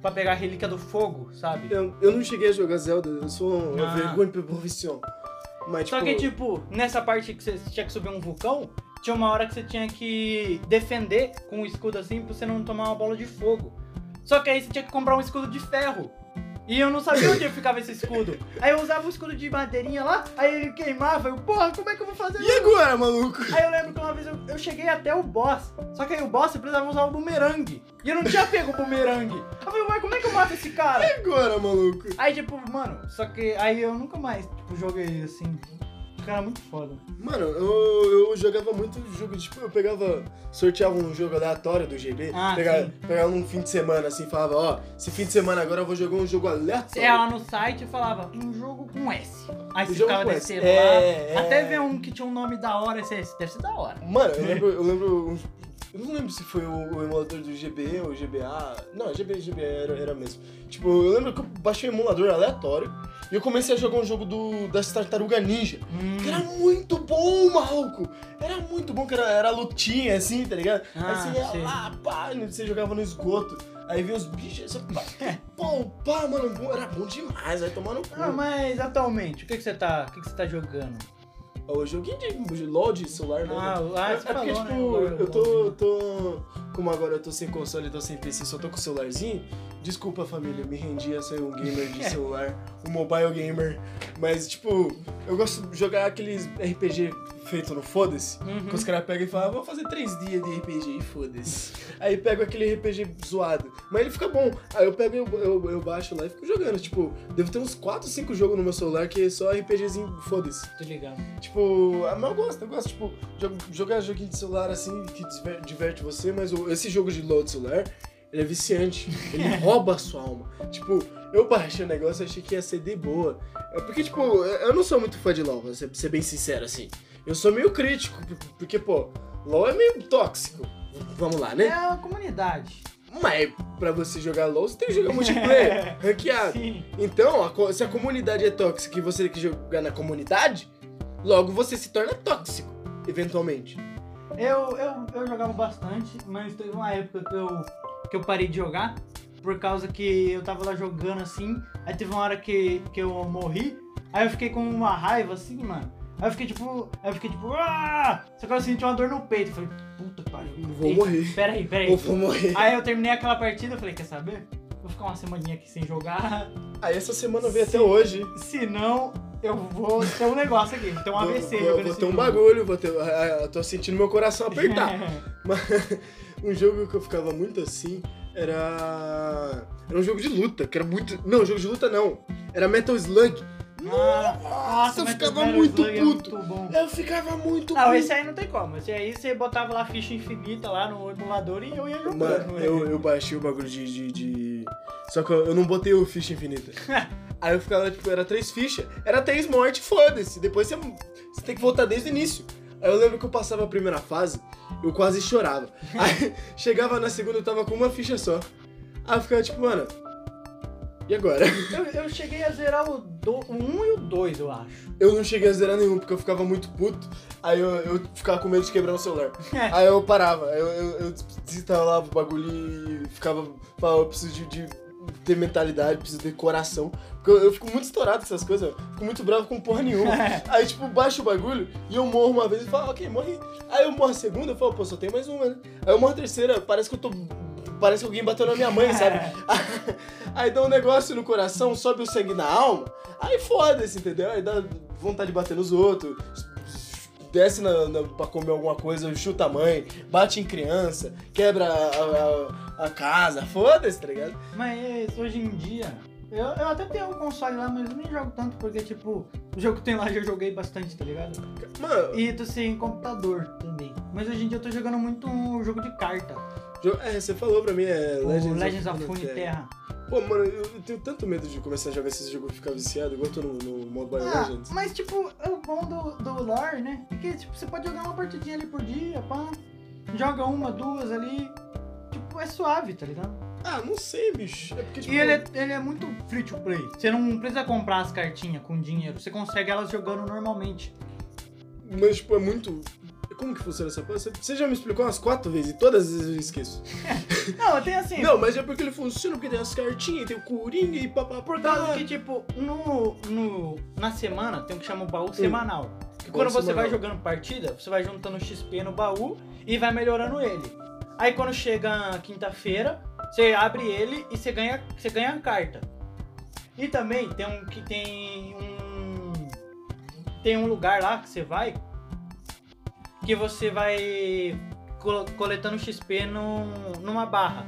Pra pegar a relíquia do fogo, sabe?
Eu, eu não cheguei a jogar Zelda, eu sou uma
Ah.
vergonha pra profissão. Mas, tipo,
Só que, tipo, nessa parte que você tinha que subir um vulcão, tinha uma hora que você tinha que defender com um escudo assim pra você não tomar uma bola de fogo. Só que aí você tinha que comprar um escudo de ferro. E eu não sabia onde ficava esse escudo. Aí eu usava o escudo de madeirinha lá, aí ele queimava, eu, porra, como é que eu vou fazer
E agora, maluco?
Aí eu lembro que uma vez eu, eu cheguei até o boss. Só que aí o boss precisava usar o bumerangue. E eu não tinha pego o bumerangue. Aí eu falei, mas como é que eu mato esse cara?
E agora, maluco?
Aí, tipo, mano, só que aí eu nunca mais, tipo, joguei assim. O cara é muito foda.
Mano, eu, eu jogava muito jogo, tipo, eu pegava, sorteava um jogo aleatório do GB,
Ah,
pegava,
sim.
pegava um fim de semana assim, falava, ó, esse fim de semana agora eu vou jogar um jogo
Você
aleatório.
ia lá no site e falava, um jogo com S. Aí você
Um jogo
ficava
com S.
descendo
É,
lá.
é.
Até ver um que tinha um nome da hora, esse, esse deve ser da hora. *laughs*
Mano, eu lembro, eu lembro. uns- Eu não lembro se foi o, o emulador do GB ou GBA. Não, GB, GBA era, era mesmo. Tipo, eu lembro que eu baixei um emulador aleatório e eu comecei a jogar um jogo do, das Tartaruga Ninja.
Hum.
Que era muito bom, maluco! Era muito bom, que era, era lutinha, assim, tá ligado?
Ah,
aí você ia
sei.
lá, pá, e você jogava no esgoto. Aí vinha os bichos, aí você, pá,
*laughs*
pô, pá, mano, bom- era bom demais, vai tomar no cu.
Ah, mas atualmente, o que, que você tá. O que, que você tá jogando?
Eu joguei de, de LOL de celular, né?
Ah, o- ah,
é,
você
é porque,
falou, né,
tipo,
o LOL,
eu
o
tô,
LOL.
tô. Como agora eu tô sem console, tô sem PC, só tô com o celularzinho. Desculpa, família, me rendi a ser um gamer
*laughs*
de celular, um mobile gamer. Mas, tipo, eu gosto de jogar aqueles RPG feito no foda-se.
Uhum.
Que os caras pegam e falam, ah, vou fazer três dias de RPG e foda-se. Aí pego aquele RPG zoado. Mas ele fica bom. Aí eu pego, e eu, eu, eu baixo lá e fico jogando. Tipo, devo ter uns 4, 5 jogos no meu celular que é só RPGzinho foda-se.
Tô ligado.
Tipo, ah, mas eu gosto, eu gosto, tipo, jo- jogar joguinho de celular assim que desver- diverte você, mas o- esse jogo de LOL de celular, ele é viciante. Ele rouba a sua alma. Tipo, eu baixei o negócio e achei que ia ser de boa. É porque, tipo, eu não sou muito fã de LOL, pra ser, pra ser bem sincero, assim. Eu sou meio crítico, por- porque, pô, LOL é meio tóxico. Vamos lá,
É
né?
a comunidade.
Mas pra você jogar LOL, você tem que jogar multiplayer, ranqueado.
Sim.
Então, a co- se a comunidade é tóxica e você tem que jogar na comunidade, logo você se torna tóxico, eventualmente.
Eu, eu, eu jogava bastante, mas teve uma época que eu, que eu parei de jogar, por causa que eu tava lá jogando assim, aí teve uma hora que, que eu morri, aí eu fiquei com uma raiva assim, mano. Aí eu fiquei tipo. Aí eu fiquei tipo. "Ah!" Só que eu senti uma dor no peito. eu Falei, puta que pariu.
Eu vou
Eita,
morrer.
Pera aí, pera aí.
Ou
*laughs*
vou morrer.
Aí eu terminei aquela partida, eu falei, quer saber? Vou ficar uma semaninha aqui sem jogar. *laughs*
Aí Ah, essa semana veio até
Sim.
hoje.
Se não, eu vou ter um negócio aqui, vou ter um AVC
vou, vou,
jogando
vou
esse
ter um
jogo. É.
bagulho, vou ter. ah, ah, tô sentindo meu coração apertar.
*laughs*
Mas *laughs* um jogo que eu ficava muito assim era. Era um jogo de luta, que era muito. Não, jogo de luta não. Era Metal Slug. Nossa, eu
mas
ficava
o Metal
muito
Slug é
puto.
muito bom.
Eu ficava muito
Não,
puto.
esse aí não tem como. Esse aí você botava lá ficha infinita lá no emulador e eu ia jogando.
Mano,
né?
eu, eu baixei o bagulho de, de, de- Só que eu, eu não botei o ficha infinita. Aí eu ficava, tipo, era três fichas, era três mortes, foda-se. Depois você, você tem que voltar desde o início. Aí eu lembro que eu passava a primeira fase, eu quase chorava. *laughs* Aí chegava na segunda, eu tava com uma ficha só. Aí eu ficava tipo, mano. E agora?
Eu, eu cheguei a zerar o 1 e o 2, eu acho.
Eu não cheguei a zerar nenhum, porque eu ficava muito puto. Aí eu, eu ficava com medo de quebrar o celular. Aí eu parava, eu, eu, eu desinstalava o bagulho e ficava. Falava, eu preciso de, de ter mentalidade, preciso ter coração. Porque eu, eu fico muito estourado com essas coisas, eu fico muito bravo com porra nenhuma. Aí, tipo, baixo o bagulho e eu morro uma vez e falo, "Ah, ok, morri. Aí eu morro a segunda, eu falo, pô, só tem mais uma, né? Aí eu morro a terceira, parece que eu tô. Parece que alguém bateu na minha mãe, sabe? *laughs* Aí dá um negócio no coração, sobe o sangue na alma, aí foda-se, entendeu? Aí dá vontade de bater nos outros, desce na, na, pra comer alguma coisa, chuta a mãe, bate em criança, quebra a, a- a casa, foda-se, tá ligado?
Mas hoje em dia. Eu, eu até tenho um console lá, mas eu nem jogo tanto porque, tipo, o jogo que tem lá eu já joguei bastante, tá ligado?
Mano,
E tô sem computador também. Mas hoje em dia eu tô jogando muito um jogo de carta.
jo- é, você falou pra mim, é
O Legends, of
Runeterra.
Runeterra.
Pô, mano, eu eu tenho tanto medo de começar a jogar esse jogo e ficar viciado, igual eu tô no, no Mobile
Ah,
Legends.
mas tipo, é o bom do, do lore, né? É que tipo, você pode jogar uma partidinha ali por dia, pá. Joga uma, duas ali. Tipo, é suave, tá ligado?
Ah, não sei, bicho. É porque, tipo,
E ele é, ele é muito free to play. Você não precisa comprar as cartinhas com dinheiro. Você consegue elas jogando
*laughs*
normalmente.
Mas, tipo, é muito. Como que funciona essa coisa? Você já me explicou umas quatro vezes e todas as vezes eu esqueço.
Não, tem assim.
Não, mas é porque ele funciona, porque tem as cartinhas, tem o Coringa e papá por
Por causa que, tipo, no, no, na semana tem o que chama o baú semanal. Que
Hum. Baú
quando você
semanal.
vai jogando partida, você vai juntando XP no baú e vai melhorando ele. Aí quando chega quinta-feira, você abre ele e você ganha, você ganha a carta. E também tem um que tem um. Tem um lugar lá que você vai que você vai co- coletando XP num- numa barra.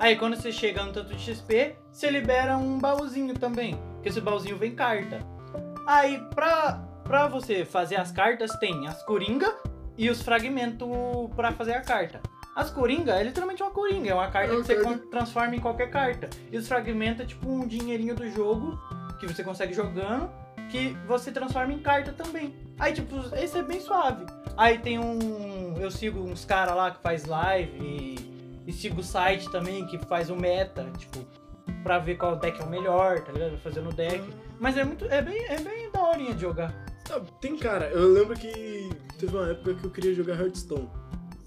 Aí quando você chega no tanto de XP, você libera um baúzinho também, que esse baúzinho vem carta. Aí pra, pra você fazer as cartas tem as coringa e os fragmentos pra fazer a carta. As coringa é literalmente uma coringa, é uma carta
É uma
que você
carta.
con- transforma em qualquer carta. E os fragmentos é tipo um dinheirinho do jogo que você consegue jogando, que você transforma em carta também. Aí tipo, esse é bem suave. Aí tem um. Eu sigo uns caras lá que faz live e, e sigo o site também que faz o meta, tipo, pra ver qual deck é o melhor, tá ligado? Fazendo o deck. Mas é muito. É bem, é bem daorinha de jogar.
Ah, tem cara, eu lembro que teve uma época que eu queria jogar Hearthstone.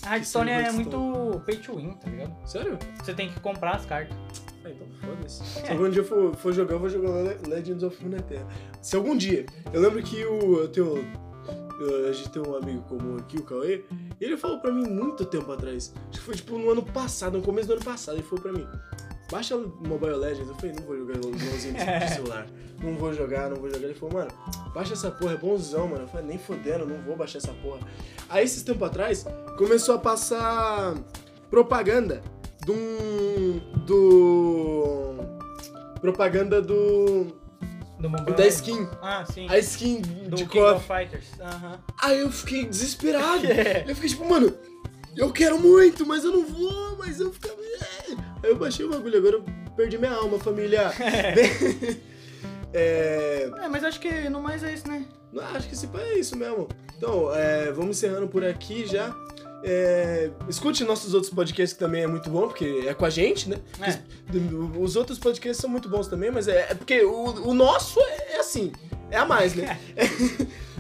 A Hearthstone é
Hearthstone.
muito pay to win, tá ligado?
Sério?
Você tem que comprar as cartas.
Ah, então foda-se. Se algum dia eu for, for jogar, eu vou jogar Le- Legends of Runeterra. Se algum dia. Eu lembro que o, eu tenho. eu- a gente tem um amigo comum aqui, o Cauê, e ele falou pra mim muito tempo atrás. Acho que foi tipo no ano passado, no começo do ano passado, ele falou pra mim. Baixa o Mobile Legends, eu falei, não vou jogar LOLzinho de celular. Não vou jogar, não vou jogar. Ele falou, mano, baixa essa porra, é bonzão, mano. Eu falei, nem fodendo, não vou baixar essa porra. Aí, esses tempos atrás, começou a passar propaganda de um. do. propaganda do.
Do Mobile
da
Legends.
skin.
Ah, sim.
A skin
do
de
King of
KOF.
Fighters. Aham.
Aí eu fiquei desesperado.
*laughs* É.
Eu fiquei tipo, mano, eu quero muito, mas eu não vou, mas eu ficava. Aí eu baixei o bagulho, agora eu perdi minha
*laughs*
alma, família. *laughs* é.
É, mas acho que no mais é isso, né?
Não, acho que esse pai é isso mesmo. Então, é, vamos encerrando por aqui já. É, escute nossos outros podcasts que também é muito bom, porque é com a gente, né? Os, os outros podcasts são muito bons também, mas é, é porque o, o nosso é, é assim, é a
*laughs*
mais, né?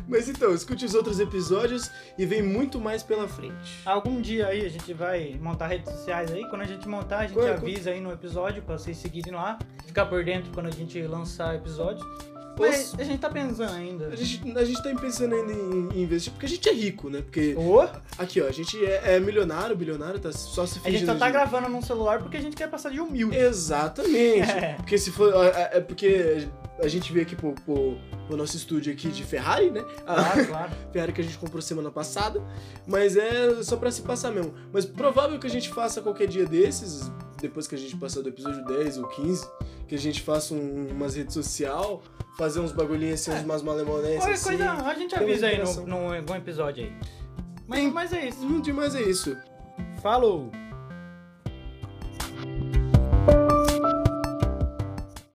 mas então, escute os outros episódios e vem muito mais pela frente.
Algum dia aí a gente vai montar redes sociais aí. Quando a gente montar, a gente
Quando-
avisa aí no episódio pra vocês seguirem lá. Ficar por dentro quando a gente lançar episódios. Mas
Nossa.
a gente tá pensando ainda.
A gente, a gente tá pensando ainda em, em investir, porque a gente é rico, né? Porque
Ô,
aqui, ó, a gente é, é milionário, bilionário, tá só se
a gente
fingindo
só tá
de-
gravando num celular porque a gente quer passar de humilde.
Exatamente.
*laughs* É.
Porque se for. a- a- É porque a gente veio aqui pro, pro- pro nosso estúdio aqui de Ferrari, né? A
É, Claro, claro.
Ferrari que a gente comprou semana passada. Mas é só pra se passar mesmo. Mas provável que a gente faça qualquer dia desses. depois que a gente passar do episódio 10 ou 15, que a gente faça um- umas redes social, fazer uns bagulhinhos assim, umas malemonenses
É. Qualquer
assim.
coisa, a gente
tem uma
avisa aí
inspiração.
num, num, num episódio aí. Mas,
Tem-
mas é isso.
Não demais é isso.
Falou!